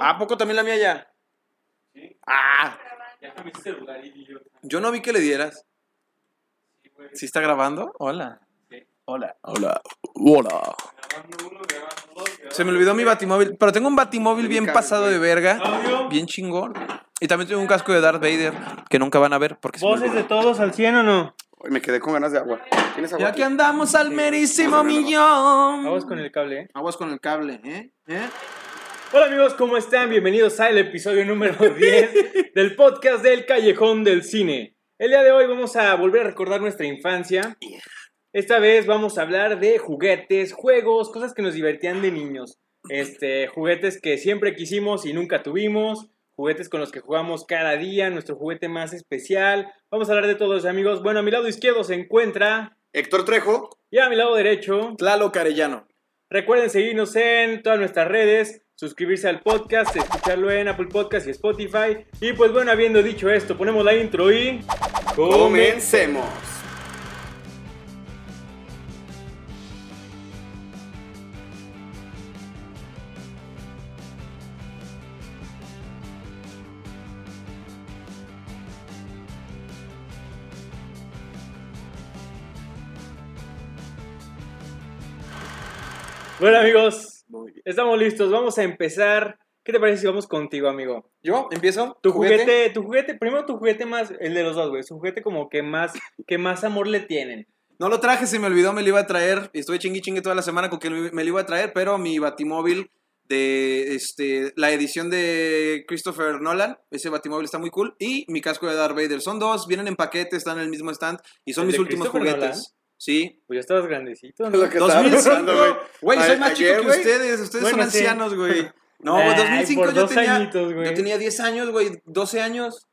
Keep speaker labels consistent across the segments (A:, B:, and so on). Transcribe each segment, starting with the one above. A: ¿A poco también la mía ya?
B: Sí.
A: Ah,
B: Ya cambié el celular, idiota.
A: yo no vi que le dieras.
B: Sí, güey.
A: ¿Sí está grabando? Hola.
B: Sí.
A: Hola. Hola. Hola.
B: Grabando uno, grabando dos, grabando
A: Se me olvidó mi batimóvil, pero tengo un batimóvil
C: Tengo
A: bien
C: un cable,
A: pasado de
C: güey.
B: tres.
A: verga,
B: Audio.
A: bien chingón. Y también tengo un casco de Darth Vader que nunca van a ver porque se me
D: ¿Voces
A: olvidó.
D: de todos al 100 o no?
C: Ay, me quedé con ganas de agua. ¿Tienes agua?
A: Ya
C: aquí?
A: que andamos al merísimo millón.
D: Vamos con el cable, ¿eh?
C: Aguas con el cable, ¿eh? ¿Eh?
D: Hola amigos, ¿cómo están? Bienvenidos al episodio número 10 del podcast del Callejón del Cine. El día de hoy vamos a volver a recordar nuestra infancia. Esta vez vamos a hablar de juguetes, juegos, cosas que nos divertían de niños. Este, juguetes que siempre quisimos y nunca tuvimos, juguetes con los que jugamos cada día, nuestro juguete más especial. Vamos a hablar de todos, amigos. Bueno, a mi lado izquierdo se encuentra
C: Héctor Trejo.
D: y a mi lado derecho
A: Tlalo Carellano.
D: Recuerden seguirnos en todas nuestras redes, suscribirse al podcast, escucharlo en Apple Podcast y Spotify. Y pues bueno, habiendo dicho esto, ponemos la intro y...
C: Comencemos.
D: Bueno amigos,
C: Muy bien.
D: estamos listos, vamos a empezar. ¿Qué te parece si vamos contigo, amigo?
A: ¿Yo? ¿Empiezo?
D: Tu juguete, tu juguete, primero tu juguete más, el de los dos, güey, su juguete como que más, que más amor le tienen.
A: No lo traje, se me olvidó, me lo iba a traer. Estuve chingui chingue toda la semana con que me lo iba a traer, pero mi batimóvil de este, la edición de Christopher Nolan, ese batimóvil está muy cool. Y mi casco de Darth Vader. Son dos, vienen en paquete, están en el mismo stand y son
D: ¿El
A: mis
D: de
A: últimos
D: Christopher
A: juguetes.
D: Nolan?
A: Sí.
D: Pues ya estabas grandecito, ¿no?
C: Lo que estaba
A: 2005,
C: pensando, güey.
A: güey,
C: A-
A: soy más
C: ayer,
A: chico que
C: güey.
A: ustedes, ustedes son
D: Bueno, sí.
A: ancianos, güey. No, pues
D: Ay,
A: 2005
D: por
A: yo
D: dos
A: tenía,
D: añitos, güey.
A: yo tenía 10 años, güey, 12 años.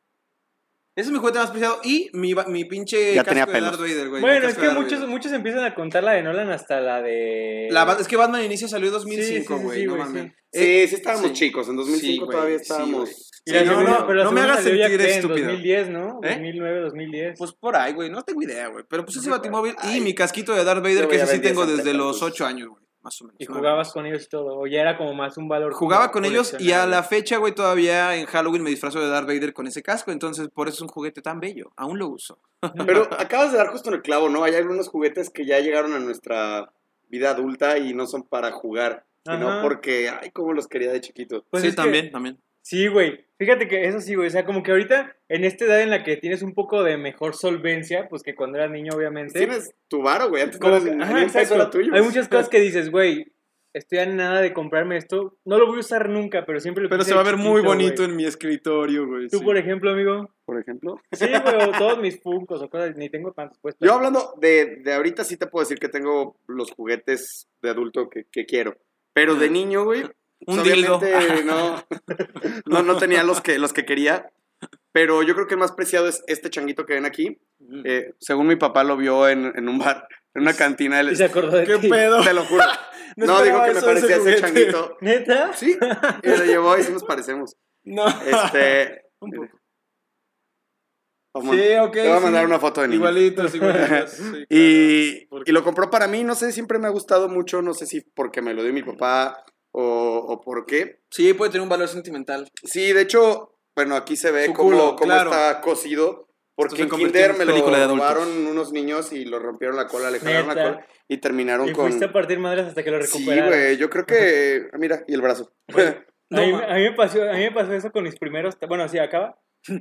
A: Ese es mi juguete más preciado y mi, ba- mi pinche
C: Ya
A: casco
C: tenía
A: de
C: pelos.
A: Darth Vader, güey. mi
D: Bueno, es
A: casco
D: que
A: de Darth
D: muchos,
A: Vader.
D: muchos empiezan a contar la de Nolan hasta la de...
A: La ba- es que Batman Inicia salió en
D: Sí, sí,
A: 2005,
D: sí,
A: güey,
D: sí,
A: no
D: güey,
A: mames.
D: Eh, sí.
C: Sí, sí estábamos
A: sí.
C: chicos. En 2005
A: Sí, güey,
C: todavía
A: sí,
C: estábamos.
A: güey.
D: Y la
A: Sí, no,
D: segunda-
A: no,
D: pero la
A: no me
D: segunda
A: hagas
D: salió ya,
A: sentir
D: ¿qué?
A: estúpido.
D: En 2010, ¿no?
A: ¿Eh?
D: 2009, 2010.
A: Pues por ahí, güey, no tengo idea, güey. Pero pues ese
D: Sí, güey.
A: batimóvil y mi casquito de Darth Vader,
C: Yo
A: que
C: voy a
A: ese sí
C: ver
A: tengo
C: 10
A: desde
C: atletas.
A: los 8 años, güey, más o menos.
D: y
A: ¿no?
D: jugabas con ellos y todo. O ya era como más un valor.
A: pues, Jugaba
D: como
A: con ellos y a
D: coleccionable.
A: la fecha, güey, todavía en Halloween me disfrazo de Darth Vader con ese casco, entonces por eso es un juguete tan bello. Aún lo uso.
C: Pero acabas de dar justo en el clavo, ¿no? Hay algunos juguetes que ya llegaron a nuestra vida adulta y no son para jugar, sino
D: Ajá.
C: porque, ay, cómo los quería de chiquito.
D: Pues
A: sí,
D: es que-
A: también, también.
D: Sí, güey. Fíjate que eso sí, güey. O sea, como que ahorita, en esta edad en la que tienes un poco de mejor solvencia, pues que cuando eras niño, obviamente.
C: Tienes tu varo, güey. Antes
D: como
C: no
D: que-
C: era-
D: ajá,
C: ni un peso era
D: exacto.
C: tuyo.
D: Hay muchas cosas que dices, güey, estoy a nada de comprarme esto. No lo voy a usar nunca, pero siempre lo
A: Pero
D: quise
A: se va a
D: de
A: ver muy
D: chiquito,
A: bonito
D: güey.
A: en mi escritorio, güey.
D: Tú,
A: sí.
D: por ejemplo, amigo.
C: Por ejemplo.
D: Sí, güey, o todos mis puncos o cosas. Ni tengo tantos, pues.
C: Yo hablando de, de ahorita sí te puedo decir que tengo los juguetes de adulto que, que quiero. Pero de niño, güey, pues,
A: Ah. Un dildo.
C: obviamente no, no, no tenía los que, los que quería. Pero yo creo que el más preciado es este changuito que ven aquí.
A: Ujú.
C: Eh, según mi papá lo vio en, en un bar, en una cantina. Del...
D: Y se acordó de ti.
C: Te lo juro.
A: No
C: No,
A: esperaba
C: digo que
A: eso
C: me
A: de ese
C: parecía ese,
A: juguete.
C: changuito.
D: ¿Neta?
C: Sí, y lo llevó y sí nos parecemos.
A: No.
C: Este.
A: Un poco.
C: vamos,
A: Sí, ok.
C: Te voy a
A: sí.
C: mandar una foto de niño.
A: Igualitos, igualitos. sí,
C: Y,
A: claro.
C: y lo compró para mí, no sé, siempre me ha gustado mucho, no sé si porque me lo dio mi papá o, o por qué.
A: Sí, puede tener un valor sentimental.
C: Sí, de hecho, bueno, aquí se ve
A: Su
C: cómo,
A: culo,
C: cómo
A: claro.
C: está cosido, porque
A: se
C: en
A: convirtió
C: Kinder
A: en
C: me lo
A: película de adultos.
C: robaron unos niños y lo rompieron la cola, le jalaron la
D: Neta.
C: cola y terminaron
D: Y
C: con...
D: fuiste a partir madres hasta que lo
C: Sí,
D: recuperaron.
C: güey, yo creo que... ah, Mira, y el brazo.
D: a, mí,
A: No, ma-
D: a mí me pasó, a mí me pasó eso con mis primeros. ta- Bueno, sí, acaba.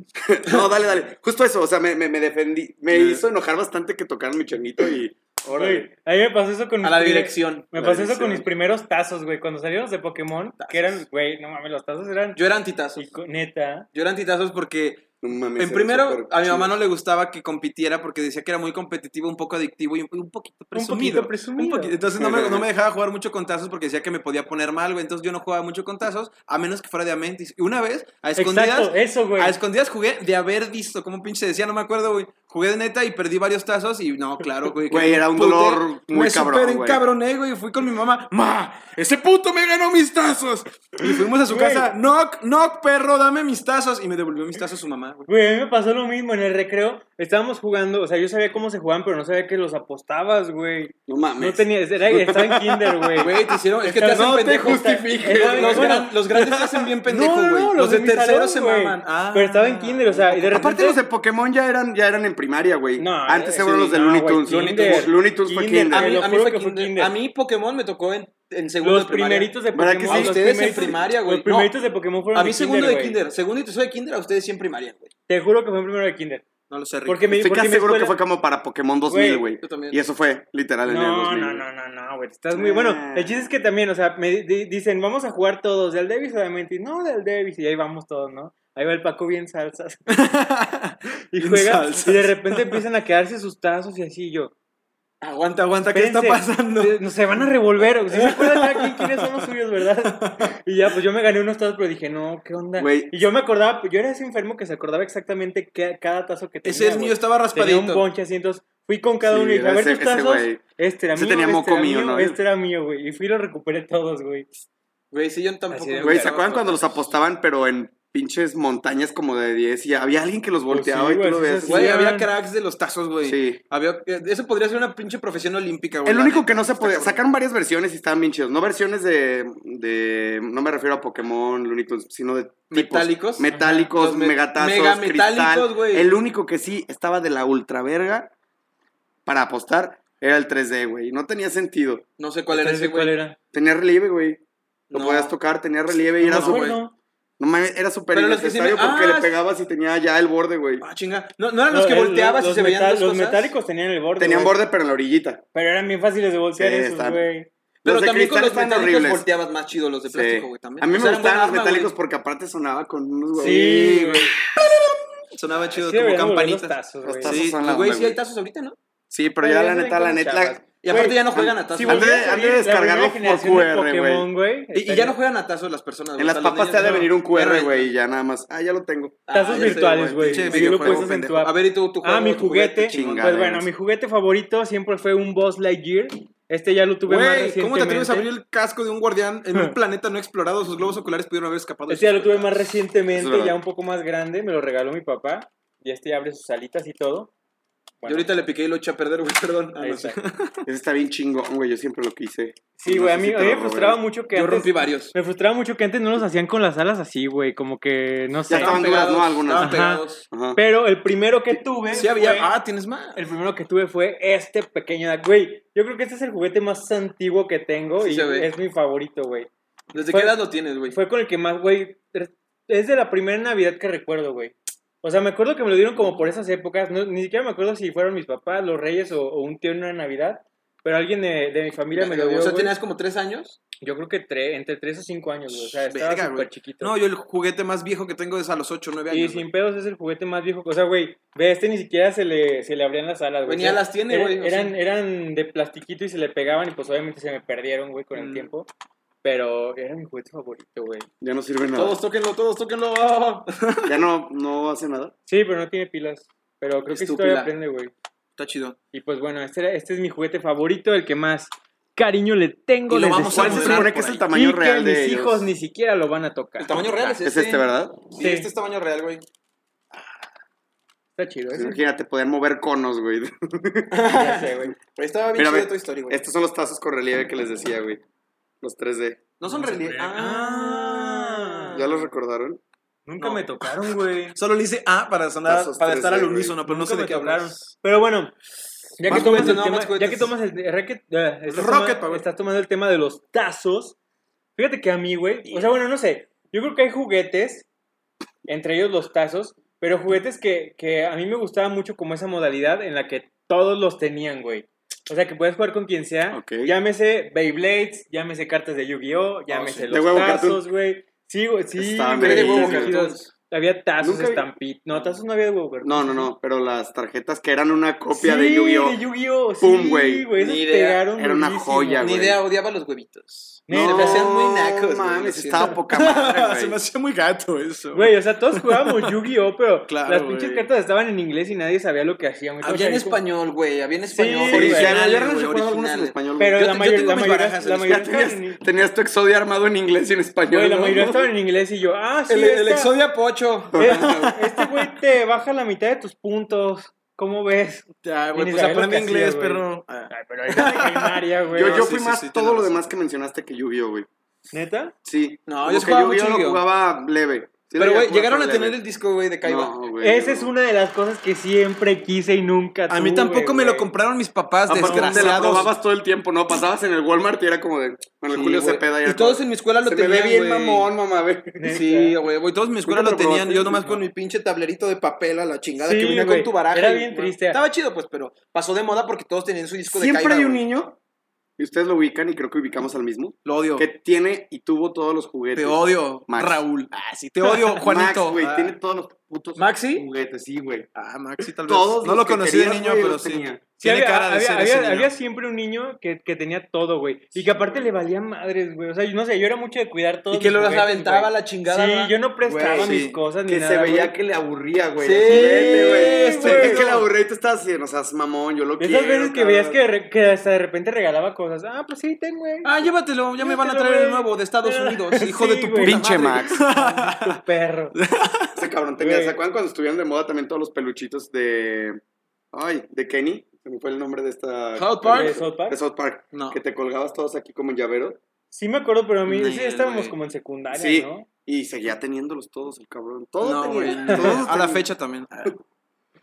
C: no, dale, dale. Justo eso, o sea, me, me, me defendí, me
A: Ajá.
C: hizo enojar bastante que tocaran mi changuito y...
D: Güey, A mí me pasó eso con.
A: a
D: mis
A: la
D: primer-
A: dirección.
D: Me
C: La
D: pasó eso
C: dirección.
D: con mis primeros tazos, güey. Cuando salieron los de Pokémon, que eran, güey, no mames, los tazos eran.
A: Yo era antitazo.
D: y co- neta.
A: Yo era antitazo porque
C: No mames,
A: En
C: era
A: primero,
C: súper
A: a mi
C: chido.
A: mamá no le gustaba que compitiera porque decía que era muy competitivo, un poco adictivo y un, un poquito presumido.
D: poquito presumido.
A: Un poqui- entonces no me, no me dejaba jugar mucho con tazos porque decía que me podía poner mal, güey. Entonces yo no jugaba mucho con tazos, a menos que fuera de Amentis. Y una vez, a escondidas,
D: Exacto, eso, güey.
A: a escondidas jugué de haber visto, como pinche decía, no me acuerdo, güey. Jugué de neta y perdí varios tazos y no, claro, güey. que
C: Güey, era un
A: puté.
C: dolor muy
A: me
C: cabrón,
A: súper
C: güey.
A: encabroné, güey. y Fui con mi mamá, ¡Ma! ¡Ese puto me ganó mis tazos! Y fuimos a su
D: Güey.
A: casa, ¡Knock, knock, perro, dame mis tazos! Y me devolvió mis tazos su mamá, güey.
D: Güey, a mí me pasó lo mismo en el recreo. Estábamos jugando, o sea, yo sabía cómo se jugaban, pero no sabía que los apostabas, güey. No
C: No mames.
D: tenía, era, estaba en kinder, güey.
A: Eh, Güey, te hicieron. Es que te
D: No
A: hacen
D: te
A: pendejo. eh,
D: justifiques,
A: Los,
D: güey.
A: gran- los grandes te hacen bien pendejo,
D: No,
A: güey.
D: no, no,
A: los,
D: los
A: de,
D: de mi
A: tercero
D: salón,
A: se
D: güey.
A: maman. Ah.
D: Pero estaba en kinder, o sea, y de repente...
C: Aparte los de Pokémon ya eran, ya eran en primaria, güey.
D: No,
C: Antes
D: eh,
C: fueron
D: sí,
C: los de
D: no,
C: Looney
D: güey,
C: Tunes.
D: kinder.
C: Looney Tunes fue
D: Kinder.
C: kinder.
A: A mí,
D: Te lo
A: a mí
D: juro
A: fue
D: que fue
A: kinder.
D: kinder.
A: A mí Pokémon me tocó en, en segundo
D: Los
A: de primaria.
D: primeritos de
C: ¿Verdad
D: Pokémon.
C: que
A: A
C: sí?
D: los
A: ustedes en
D: primeritos-
A: primaria, güey.
D: Los primeritos de Pokémon
A: No,
D: fueron
A: a mí
D: de
A: segundo de
D: güey.
A: kinder. Segundo y tercero de kinder, a ustedes sí en primaria, güey.
D: Te juro que fue en primero de kinder.
A: No lo sé, Rick.
D: Porque mi,
C: Estoy
D: porque
C: casi
D: mi
C: seguro que fue
D: escuela-
C: como para Pokémon 2000,
D: Güey,
C: güey.
A: yo también.
C: Y eso fue literal en el
D: No,
C: 2000.
D: no,
C: güey.
D: no, no, no, güey. Estás muy bueno.
C: Ah.
D: El chiste es que también, o sea, me di- di- dicen, vamos a jugar todos, del Davis obviamente, y no del Davis, y ahí vamos todos, ¿no? Ahí va el Paco bien salsas. y
A: Bien
D: juega,
A: salsas.
D: y de repente empiezan a quedarse sus tazos y así y yo.
A: Aguanta, aguanta, ¿qué está
D: "Espérense,
A: pasando?
D: se- Eh, No se van a revolver. Si se acuerdan cada quien quiénes son los suyos, ¿verdad? Y ya, pues yo me gané unos tazos, pero dije, no, ¿qué onda?
C: Güey.
D: Y yo me acordaba, yo era ese enfermo que se acordaba exactamente qué- cada tazo que tenía.
A: Ese es mío,
D: güey.
A: estaba
D: Tenía un
A: raspadito.
D: bonche así, entonces fui con cada
C: Sí,
D: uno y dije, a ver
C: ese-
D: tus
C: ese
D: tazos.
C: güey.
D: Este era
C: Ese
D: mío,
C: tenía
D: este
C: moco
D: era
C: mío,
D: mío,
C: ¿no?
D: este era mío, güey. Y fui y lo recuperé todos, güey.
A: Güey, sí, yo tampoco.
D: Así de-
C: Güey, ¿se acuerdan cuando los apostaban, pero en pinches montañas como de 10? Y había alguien que los volteaba
D: Pues sí,
C: y
D: güey,
C: tú lo
D: sí,
C: veas.
D: sí,
A: Güey,
D: Sí,
A: había
D: eran-
A: cracks de los tazos, güey.
C: Sí.
A: Había, eh, eso podría ser una pinche profesión olímpica, güey.
C: El
A: la
C: único
A: neta.
C: que no se
A: Está
C: podía.
A: cabrón.
C: Sacaron varias versiones y estaban bien chidos. No versiones de. de- no me refiero a Pokémon, Looney Tunes, sino de. tipos.
A: Metálicos. Ajá.
C: Metálicos,
A: Los me-
C: megatazos,
A: megametálicos,
C: cristal.
A: güey.
C: El único que sí estaba de la ultra verga para apostar era el 3D, güey. No tenía sentido.
A: No sé cuál era
D: Entonces,
A: ese,
D: ¿Cuál
A: güey.
D: era?
C: Tenía relieve, güey. Lo
A: No.
C: podías tocar, tenía relieve y era
A: no,
C: su-
A: güey.
C: No mames, era súper
A: Pero los que sí
C: innecesario
A: me-
C: porque
A: Ah,
C: le pegabas y tenía ya el borde, güey.
A: Ah, chinga. No, no eran los que volteabas y se veían
D: metálicos.
A: dos
D: Los
A: cosas?
D: metálicos tenían el borde.
C: Tenían
D: güey.
C: borde, pero en la orillita.
D: Pero eran bien fáciles de voltear
C: Sí,
D: esos,
C: están-
D: güey.
A: Pero
C: Los de
A: también con
C: cristal
A: los
C: están
A: metálicos
C: horribles.
A: volteabas más chido los de
C: Sí.
A: plástico, güey, también.
C: A mí
A: O
C: me
A: sea, eran buen
C: gustaban los
A: arma,
C: metálicos
A: güey.
C: porque aparte sonaba con unos huevos.
D: Sí, güey.
A: Sonaba chido
D: Sí,
A: como
D: deberían volver los
A: campanitas.
D: tazos,
C: Los
D: güey.
C: tazos.
A: Sí,
C: son la
A: güey,
C: onda,
A: sí hay
C: güey.
A: tazos ahorita, ¿no?
C: Sí, pero ya
D: Güey,
C: la
D: ya
C: neta,
D: ven
C: la
D: con
C: neta.
D: chavas.
C: la-
A: Y aparte
D: Güey,
A: ya no juegan a tazos.
D: Si
C: volvieron
D: volviera a
C: han de- han de
D: salir la
C: descargarlo
D: primera
C: por
D: generación de
C: QR, güey.
D: Pokémon, güey.
A: Y, y ya no juegan a tazos las personas. güey.
C: En las
A: O sea, los
C: papas te ha
A: niños
C: de
A: ya no-
C: venir un QR,
A: R.
C: güey, y ya nada más. Ah, ya lo tengo.
A: Ah,
D: Tazos
A: ya sé,
D: virtuales, güey.
A: Pinche
D: Sí,
A: videojuego,
D: lo puedes en tu
A: pendejo.
D: app.
A: A ver, ¿y tú? tu
D: Ah,
A: juego,
D: mi
A: tu
D: juguete. Pues
C: chingaderas.
D: bueno, mi juguete favorito siempre fue un Boss Lightyear. Este ya lo tuve más
A: Güey,
D: recientemente.
A: ¿cómo te atreves a abrir el casco de un guardián en un planeta no explorado? Sus globos oculares pudieron haber escapado. de
D: Este ya
A: sus
D: lo tuve más
A: planetas.
C: Es
D: recientemente,
C: verdad.
D: ya un poco más grande, me lo regaló mi papá. Y este ya abre sus alitas y todo.
A: Yo ahorita le piqué y lo eché a perder, güey, perdón. Ah,
D: Ahí
A: no sé.
D: está.
C: Ese está bien chingón, güey. Yo siempre lo quise.
D: Sí,
C: No
D: güey,
C: sé
D: a mí,
C: si
D: a
C: te
D: mí me
C: lo
D: frustraba
C: robaron.
D: mucho que
A: Yo
D: antes...
A: rompí varios.
D: Me frustraba mucho que antes no los hacían con las alas así, güey, como que, no sé.
C: Ya estaban duras, ¿no? Algunas.
A: Estaban
D: Ajá.
A: pegados.
C: Ajá.
D: Pero el primero que tuve
A: Sí había.
D: fue-
A: Ah, tienes más.
D: El primero que tuve fue este pequeño, güey, yo creo que este es el juguete más antiguo que tengo
A: Sí
D: y
A: se ve.
D: es mi favorito, güey.
A: ¿Desde
D: Fue-
A: qué edad lo tienes, güey?
D: Fue con el que más, güey. Es de la primera Navidad que recuerdo, güey. O sea, me acuerdo que me lo dieron como por esas épocas. no- ni siquiera me acuerdo si fueron mis papás, los reyes o, o un tío en una Navidad. Pero alguien de, de mi familia me lo dio.
A: O sea,
D: güey.
A: tenías como tres años.
D: Yo creo que tre- entre 3 o 5 años, güey. O sea, estaba
A: Verga, güey.
D: súper chiquito.
A: No, yo el juguete más viejo que tengo es a los 8, 9
D: y
A: años.
D: sin pedos es el juguete más viejo. O sea, güey, ve, este ni siquiera se le, se le abrían las alas, güey.
A: Venía
D: O sea,
A: las tiene,
D: era-
A: güey, o
D: Eran,
A: sea.
D: eran de plastiquito y se le pegaban y pues obviamente se me perdieron, güey, con el
A: Mm.
D: tiempo. Pero era mi juguete favorito, güey.
C: Ya no sirve nada.
A: Todos tóquenlo, todos tóquenlo. Ah,
C: Ya no, no hace nada.
D: Sí, pero no tiene pilas. Pero creo que sí
A: Estúpila.
D: todavía prende, güey.
A: Está chido.
D: Y pues bueno, este, era- este es mi juguete favorito, el que más cariño le tengo.
A: Y lo
D: desde
A: vamos a
D: cuando
C: ¿Cuál se
A: moderar
C: supone
A: por
C: que es
A: ahí.
C: el tamaño
D: y que
C: real de
D: mis
C: ellos?
D: hijos ni siquiera lo van a tocar.
A: El tamaño real es
C: Es
A: este.
C: este, ¿verdad?
A: Sí,
D: Sí.
A: este es tamaño real, güey.
D: Está chido, ¿eh?
C: Imagínate, podían mover conos, güey.
A: Pues
D: Ya sé, güey.
A: Pero estaba bien
C: Mira,
A: chido
C: ve,
A: tu historia, güey.
C: Estos son los tazos con relieve que les decía, güey. Los 3D.
A: No son relieve. Ah.
C: ¿Ya los recordaron?
D: Nunca
A: No.
D: me tocaron, güey.
A: Solo le hice ah para sonar,
C: Tazos
A: para estar
C: 3D,
A: al
C: güey.
A: unísono, pero no
D: Nunca
A: sé de
D: me
A: qué
D: tocaron.
A: hablaron.
D: Pero bueno, ya que,
A: Más
D: tomas
A: juguetes,
D: el
A: no,
D: tema,
A: más
D: ya
A: juguetes.
D: que tomas el eh, racket, eh, estás,
A: Rocket
D: toma-
A: Power.
D: estás tomando el tema de los tazos. Fíjate que a mí, güey. O sea, bueno, no sé. Yo creo que hay juguetes, entre ellos los tazos, pero juguetes que, que a mí me gustaba mucho como esa modalidad en la que todos los tenían, güey. O sea, que puedes jugar con quien sea.
C: Ok.
D: Llámese Beyblades, llámese cartas de Yu-Gi-Oh, llámese
A: Oh, sí.
D: los
C: De huevo,
D: tazos, güey. Sí, güey, sí.
C: Estaban
D: güey,
C: de huevo,
D: sí,
A: cartoons.
D: sí, Había tazos,
C: Nunca vi-
D: estampitas. No, tazos no había de huevo,
C: No, no, no. Pero las tarjetas que eran una copia
D: Sí,
C: de Yu-Gi-Oh!
D: De Yu-Gi-Oh!
C: Pum,
D: sí,
C: güey.
D: güey.
A: Ni
D: Esos
A: idea.
D: pegaron
C: Era una
D: durísimo.
C: joya,
A: Ni
C: güey.
A: idea, odiaba los huevitos.
D: No,
A: se me hacían muy nacos, güey, lo
C: mames,
A: siento.
C: estaba poca madre, güey.
A: se me hacía muy gato eso.
D: Güey, o sea, todos jugábamos Yu-Gi-Oh! Pero
A: Claro,
D: las pinches
A: güey.
D: cartas estaban en inglés y nadie sabía lo que hacían. güey.
A: Había en
D: Entonces, ahí como-
A: español, güey. Había en español.
D: Sí, güey.
C: Sí, sí,
A: originales,
C: había- yo
A: güey,
C: recuerdo algunos en
A: originales.
C: español, güey.
A: Yo
D: Pero la
A: te- yo
D: mayoría,
A: tengo
D: la
A: mis
D: mayoría,
A: barajas en
D: la
A: el-
D: mayoría
C: Ya
D: estaban
C: tenías,
D: en inglés.
C: tenías tu exodio armado en inglés y en español.
D: Güey, la
C: ¿no?
D: mayoría estaban en inglés y yo, ah, sí. este
A: El, el
D: esta-
A: Exodia Pocho.
D: eh, Este güey te baja la mitad de tus puntos. ¿Cómo ves?
A: Ya, güey,
D: En
A: pues
D: Israel
A: aprende
D: lo que
A: inglés,
D: hacía,
A: perro. Ah.
D: Ay, pero ahí está en primaria, güey.
C: Yo, yo
A: sí,
C: fui
A: sí,
C: más
A: sí, tiene
C: todo lo
A: razón.
C: demás que mencionaste que Yu-Gi-Oh, güey.
D: ¿Neta?
C: Sí.
A: No,
C: Como
A: yo sí
C: que
A: jugaba mucho
C: Yu-Gi-Oh lo
A: Yu-Gi-Oh.
C: jugaba leve. Sí,
A: Pero,
C: lo
A: güey,
C: jugaba
A: llegaron a
C: leve.
A: tener el disco, güey, de Kaiba.
C: No, güey,
D: Esa
C: no.
D: es una de las cosas que siempre quise y nunca tuve,
A: a mí tampoco me lo
D: güey.
A: compraron mis papás,
C: Aparte Ah, te la
A: desgraciados.
C: probabas todo el tiempo, ¿no? Pasabas en el Walmart y era como de. Bueno, el
A: Sí,
C: Julio
A: güey.
C: Cepeda
A: Y todos en mi escuela lo
C: Se me
A: tenían,
C: ve bien
A: güey.
C: mamón, mamá, güey.
D: Neta.
A: Sí, güey, güey, todos en mi escuela
C: Nunca
A: lo
C: lo probaste,
A: tenían. Yo nomás
C: ¿no?
A: con mi pinche tablerito de papel a la chingada
D: Sí,
A: que venía
D: güey,
A: con tu baraja.
D: era
A: y-
D: bien triste.
A: Estaba chido, pues, pero pasó de moda porque todos tenían su disco de Kaiba.
C: Siempre hay un
A: güey.
C: niño, y ustedes lo ubican y creo que ubicamos al mismo,
A: Lo odio.
C: que tiene y tuvo todos los juguetes.
A: Te odio,
C: Max.
A: Raúl. Ah, sí, te odio, Juanito.
C: Max, güey,
A: ah.
C: tiene todos los putos
A: ¿Maxi?
C: juguetes, sí, güey.
A: Ah, Maxi, tal vez.
C: Todos
A: no
C: los
A: lo
C: que
A: conocí de
C: querías,
A: niño,
C: güey,
A: pero
C: los
A: sí.
C: tenía.
D: Sí,
A: Tiene
D: había,
A: cara de
D: había-
A: ser
D: había-
A: ese niño.
D: había siempre un niño que, que tenía todo, güey. Y que aparte le valía madres, güey. O sea, yo no sé, yo era mucho de cuidar todo.
A: Y que lo aventaba la chingada. ¿verdad?
D: Sí, yo no prestaba
A: Güey,
D: mis
A: sí.
D: cosas ni
C: Que
D: nada.
C: se veía
D: güey.
C: que le aburría, güey.
A: Sí,
C: Así, vete, güey.
A: güey.
C: Vete que le aburría y tú estabas así, no seas mamón, yo lo quiero.
D: Esas veces que
C: cabrón.
D: veías que, re- que hasta de repente regalaba cosas. Ah, pues sí, ten, güey.
A: Ah, llévatelo, ya me van a
D: Llévatelo,
A: traer el
D: güey. Ah,
A: nuevo de Estados Unidos, hijo
D: Sí,
A: de tu
D: güey.
A: puta
C: Pinche
A: madre.
C: Max.
D: Tu perro.
C: Ese cabrón tenía.
D: Güey.
C: ¿Se acuerdan cuando estuvieron de moda también todos los peluchitos de. Ay, de Kenny? Se me fue el nombre de esta.
A: South Park.
D: ¿De South Park?
C: De South Park.
A: No.
C: Que te colgabas todos aquí como en llavero.
D: Sí me acuerdo, pero a mí
A: Ni
D: sí,
A: el
D: estábamos
A: güey.
D: como en secundaria,
C: Sí.
D: ¿no?
C: Y seguía teniéndolos todos, el cabrón. Todos
A: No, güey.
C: tenían. todos
A: A la
C: tenían.
A: fecha también.
D: Ah.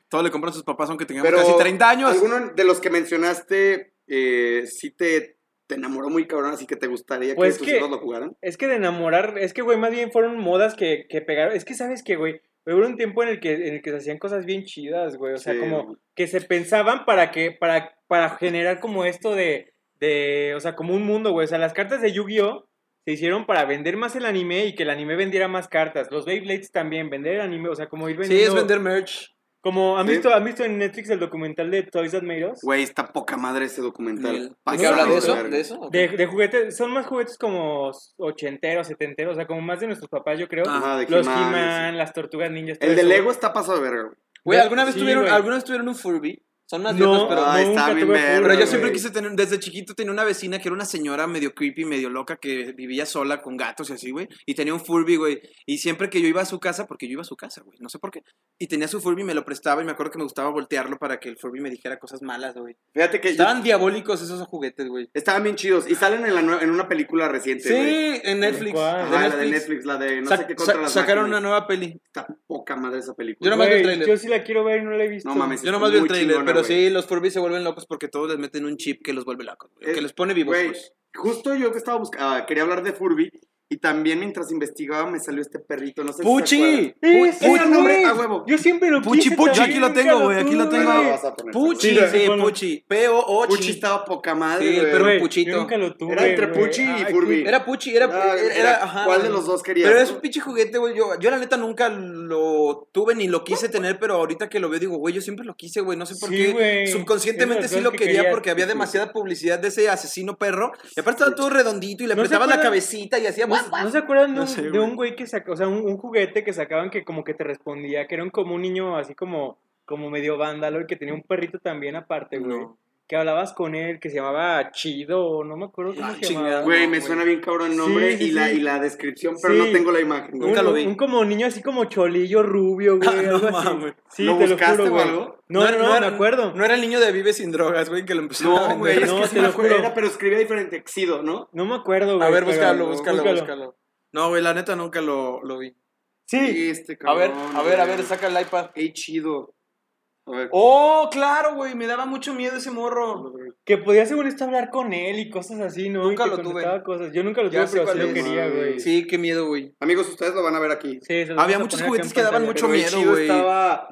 A: Todo le compran sus papás, aunque tengamos
C: Pero.
A: casi 30 años.
C: Alguno de los que mencionaste, eh, sí te, te enamoró muy cabrón, así que te gustaría
D: Pues
C: que tus
D: que-
C: hijos lo jugaran.
D: Es que de enamorar, es que, güey, más bien fueron modas que, que pegaron. Es que, ¿sabes qué, güey? Hubo un tiempo en el que, en el que se hacían cosas bien chidas, güey. O sea,
C: Sí.
D: como que se pensaban para que, para, para generar como esto de, de, o sea, como un mundo, güey. O sea, las cartas de Yu-Gi-Oh! se hicieron para vender más el anime y que el anime vendiera más cartas. Los Beyblades también, vender el anime, o sea, como ir
A: Sí,
D: vendiendo.
A: es vender merch.
D: Como, ¿han,
C: Sí.
D: visto, ¿han visto en Netflix el documental de Toys That Made Us?
C: Güey, está poca madre ese documental.
A: ¿De
C: Pasado
A: qué habla de eso?
C: verga.
A: ¿De eso?
D: De, de juguetes, son más juguetes como ochenteros, setenteros, o sea, como más de nuestros papás, yo creo.
A: Ajá,
C: Ah, de
D: Los
C: He-Man,
D: He-Man, las tortugas ninjas. todo
C: El de
D: eso, güey.
C: Lego está pasado de verga, güey.
A: Güey, ¿alguna vez,
D: Sí,
A: tuvieron,
D: güey.
A: ¿alguna vez tuvieron un Furby? Son unas
D: No,
A: viejas, pero...
C: Ay,
D: nunca
C: está bien
D: tuve
C: verga,
D: Furby.
A: Pero yo
C: güey.
A: siempre quise tener, desde chiquito tenía una vecina que era una señora medio creepy, medio loca, que vivía sola con gatos y así, güey. Y tenía un Furby, güey. Y siempre que yo iba a su casa, porque yo iba a su casa, güey, no sé por qué. Y tenía su Furby, me lo prestaba y me acuerdo que me gustaba voltearlo para que el Furby me dijera cosas malas, güey.
C: Fíjate que yo-
A: Estaban diabólicos esos juguetes, güey.
C: estaban bien chidos. Y salen en, la nue- en una película reciente,
A: Sí,
C: güey.
A: en Netflix.
D: cual.
A: de
C: Ajá, la de
A: Netflix.
C: Netflix, la de no
A: Sa-
C: sé qué
A: sa-
C: contra las
A: sacaron una
C: máquinas.
A: nueva peli.
C: Está poca madre esa película.
A: Yo nomás vi el
D: Güey,
A: tráiler.
D: Yo sí la quiero ver y no la he visto.
C: No mames.
A: Yo
C: Está
A: nomás vi el
C: muy
A: trailer,
C: chingona,
A: pero
C: güey.
A: sí, los Furby se vuelven locos porque todos les meten un chip que los vuelve locos, güey,
C: Eh,
A: que les pone vivos.
C: Güey,
A: pues.
C: justo yo que estaba buscando, quería hablar de Furby. Y también mientras investigaba me salió este perrito, no sé si se
A: ¡Puchi!
C: acuerdan.
D: Ese,
C: Puchi,
D: güey,
C: nombre,
A: ah,
C: a huevo.
D: Yo siempre lo
A: Puchi,
D: quise
A: Puchi,
D: también,
A: aquí lo
D: nunca
A: tengo, güey, aquí lo
D: tuve,
A: tengo.
C: Ahí
D: güey.
C: lo vas a poner.
A: Puchi,
D: Sí,
A: sí,
D: bueno.
A: Puchi. P-O-O-Chi.
C: Puchi estaba poca madre.
A: Sí,
C: güey.
A: pero
D: Güey,
A: puchito.
D: Yo nunca lo tuve.
C: Era entre
D: güey.
C: Puchi y
D: Ay,
C: Furby.
D: qué-
A: Era Puchi, era,
C: Ah,
A: era,
C: era-
A: ajá,
C: ¿Cuál
A: güey.
C: de los dos querías?
A: Pero es un pinche juguete, güey. Yo, yo la neta nunca lo tuve ni lo quise tener, pero ahorita que lo veo digo, güey, yo siempre lo quise, güey. No sé por
D: Sí,
A: qué.
D: güey. Es
A: Subconscientemente
D: las
A: sí
D: cosas
A: lo
D: que
A: quería
D: querías.
A: porque había demasiada publicidad de ese asesino perro. Y aparte estaba todo redondito y le
D: ¿No se
A: apretabas la
D: acuerdan?
A: cabecita y hacía...
D: ¿No,
A: guau, guau.
D: no se acuerdan de
A: No
D: un,
A: sé,
D: de
A: güey.
D: un güey que sacó, o sea, un, un juguete que sacaban que como que te respondía, que era un- como un niño así como, como medio vándalo y que tenía un perrito también aparte, güey?
A: No.
D: Que hablabas con él, que se llamaba Chido, o no me acuerdo cómo
A: Ah,
D: se
A: chingada.
D: llamaba.
C: Güey,
A: No,
C: me
A: güey.
C: suena bien cabrón el nombre
D: Sí, sí,
C: y, la,
D: sí.
C: y la descripción, pero
D: Sí.
C: no tengo la imagen. güey.
A: Nunca
D: un,
A: lo vi. Ah,
D: un como niño así como cholillo rubio, güey.
A: No
D: algo así.
A: mames.
D: Sí,
C: ¿Lo
D: te lo
C: buscaste
D: juro,
C: o
D: güey.
C: algo?
D: No, no, no,
A: era-
D: me acuerdo.
A: No era el niño de Vive sin drogas, güey, que lo empezó a
C: No,
A: vender.
C: güey, es
D: No,
C: que
D: te
C: sí me
D: lo
C: acuerdo,
D: juro.
C: era, pero escribía diferente, Xido, ¿no?
D: No me acuerdo, güey.
A: A ver,
D: pero-
A: búscalo, búscalo, búscalo. No, güey, la neta nunca lo, lo vi.
D: Sí.
C: Este
A: A ver,
C: cabrón.
A: a ver, a ver,
C: güey.
A: saca el iPad.
C: Qué chido. A ver.
A: Oh, claro, güey, me daba mucho miedo ese morro.
D: Que podía según esto hablar con él y cosas así, ¿no? Y
A: Nunca
D: te
A: lo tuve.
D: contestaba Cosas. Yo nunca lo
A: Ya
D: tuve,
A: sé
D: pero sí
A: cuál
D: lo
A: es.
D: quería, güey.
A: Sí, qué miedo, güey.
C: Amigos, ustedes lo van a ver
D: Sí,
C: aquí.
D: se los
A: Había
D: vamos a
A: muchos
D: poner acá
A: juguetes
D: en
A: que daban
D: pantalla.
A: mucho
C: Pero el
A: miedo,
C: chido
A: güey.
C: estaba...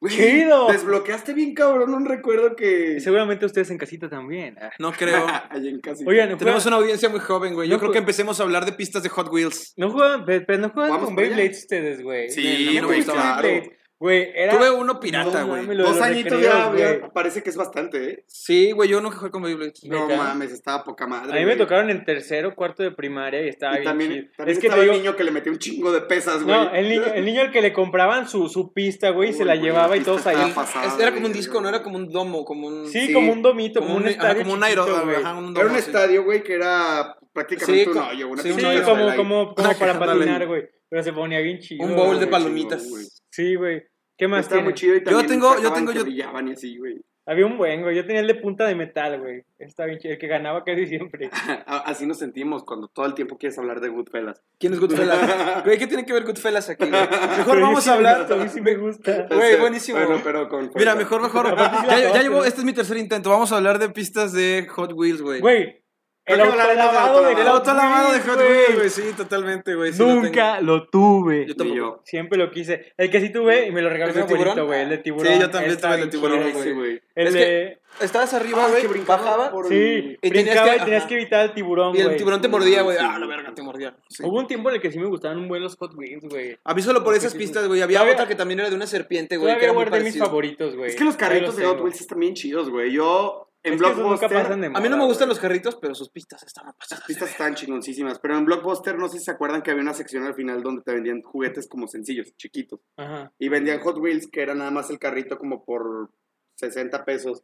C: Güey,
D: Chido.
C: Desbloqueaste bien cabrón un recuerdo que...
D: Y seguramente ustedes en casita también. Ah.
A: No creo.
C: Ahí en casa.
D: Oigan,
A: Tenemos
D: juegan-
A: una audiencia muy joven, güey. Yo
D: No,
A: creo
D: pues-
A: que empecemos a hablar de pistas de Hot Wheels.
D: no juegan, pe- pero no juegan
C: Vamos
D: con
C: para allá.
D: Beyblades ustedes, güey.
A: Sí,
C: Sí,
A: no me
C: güey,
A: gustaba.
C: claro.
D: Beyblades, Güey, era...
A: Tuve uno pirata,
D: No
A: güey.
D: mames, lo de
C: Dos
D: los
C: añitos
D: recreos,
C: ya,
D: güey.
C: ya parece que es bastante, ¿eh?
A: Sí, güey, yo nunca jugué con Beyblades.
D: No,
C: No
D: Neta.
C: mames, estaba poca madre.
D: A mí me
C: güey.
D: tocaron en tercero, cuarto de primaria y estaba
C: Y
D: bien
C: también,
D: chido.
C: también
D: es que te
C: estaba
D: digo,
C: el niño que le metió un chingo de pesas, güey.
D: no, el niño, el niño al que le compraban su, su pista, güey, y se
C: Uy,
D: la
C: güey,
D: llevaba y
C: pista
D: todos ahí.
C: estaba
A: El-
C: pasada,
A: Ah, es- era como un
C: güey.
A: disco, no era como un domo, como un...
D: Sí,
C: Sí,
D: como un domito, como,
A: como
D: un,
A: un, ajá,
D: estadio
A: como un
D: chiquito,
A: aero-
D: güey.
A: ajá, un domo.
C: Era un
A: sí.
C: estadio, güey, que era prácticamente
A: Sí,
C: un
A: co-
C: hoyo, una
A: sí,
D: Sí,
A: un hoyo.
D: como,
C: como
D: como, como
A: Una
D: para
A: caja, dale.
D: patinar, güey. Pero se ponía bien chido.
A: Un bowl de
D: güey.
A: palomitas.
C: güey.
D: Sí, güey. ¿Qué más
C: Estaba
D: tiene?
C: muy chido y
A: Yo
C: también
A: tengo- yo
C: sacaban
A: tengo-
C: que
A: yo-
C: brillaban y así, güey.
D: Había un buen, güey. Yo tenía el de punta de metal, güey. Está bien chido. El que ganaba casi siempre.
C: A- Así nos sentimos cuando todo el tiempo quieres hablar de Goodfellas.
A: ¿Quién es Goodfellas? Güey, ¿qué tiene que ver Goodfellas aquí? güey? Mejor
D: Pero
A: vamos
D: sí
A: a
D: me
A: hablar.
D: gusta, A mí sí me gusta.
A: Güey,
C: Este,
A: buenísimo.
C: Bueno, pero con...
A: Mira, mejor, mejor.
D: Aparte sí la
A: Ya, ya
D: acabaste,
A: llevo,
D: ¿no?
A: este es mi tercer intento. Vamos a hablar de pistas de Hot Wheels, güey.
D: Güey. El
C: Creo que hablaremos del
D: autolavado de
C: autolavado.
A: El auto lavado de
D: Wheels,
A: Hot Wheels, güey. Sí, totalmente, güey. sí lo tengo.
D: Nunca lo tuve.
A: Yo
C: Ni
A: tampoco.
C: yo.
D: Siempre lo quise. El que sí tuve y me lo regaló
A: ¿El
D: mi
A: de
D: abuelito,
A: tiburón?
D: güey. El de tiburón.
A: Sí, yo también
D: Está
A: tuve el
D: bien
A: de tiburón,
D: chido.
A: güey.
C: Sí, güey.
D: El
A: Es que-
D: de.
A: Estabas arriba,
C: Ah,
A: güey.
C: que brincaba
A: bajaba.
C: por-
D: Sí,
A: y tenías
D: brincaba
A: que-
D: y tenías
A: ajá.
D: que evitar al tiburón,
A: Y
D: güey.
A: el tiburón te mordía, güey.
C: Sí,
A: Ah, la
C: güey.
A: verga, te mordía. Sí.
D: Hubo un tiempo en el que sí me gustaban un buen los Hot Wheels, güey.
A: A mí solo por
D: Sí,
A: esas
D: sí, sí.
A: pistas, güey. Había
D: Todavía-
A: otra que también era de una serpiente, güey. Que
D: Todavía
A: era muy
D: guardé mis
A: parecida.
D: favoritos, güey.
C: Es que los carritos de
D: Todavía
C: Hot
D: los
C: Wheels están bien chidos, güey. Yo,
D: tengo. Es
C: en
D: que esos nunca
C: Blockbuster...
D: pasan de
A: A mí no me
D: moda,
A: gustan
D: güey.
A: los carritos, pero sus pistas estaban pasadas.
C: Las pistas están chingoncísimas, pero en Blockbuster no sé si se acuerdan que había una sección al final donde te vendían juguetes como sencillos, chiquitos.
D: Ajá.
C: Y vendían Hot Wheels, que era nada más el carrito como por 60 pesos.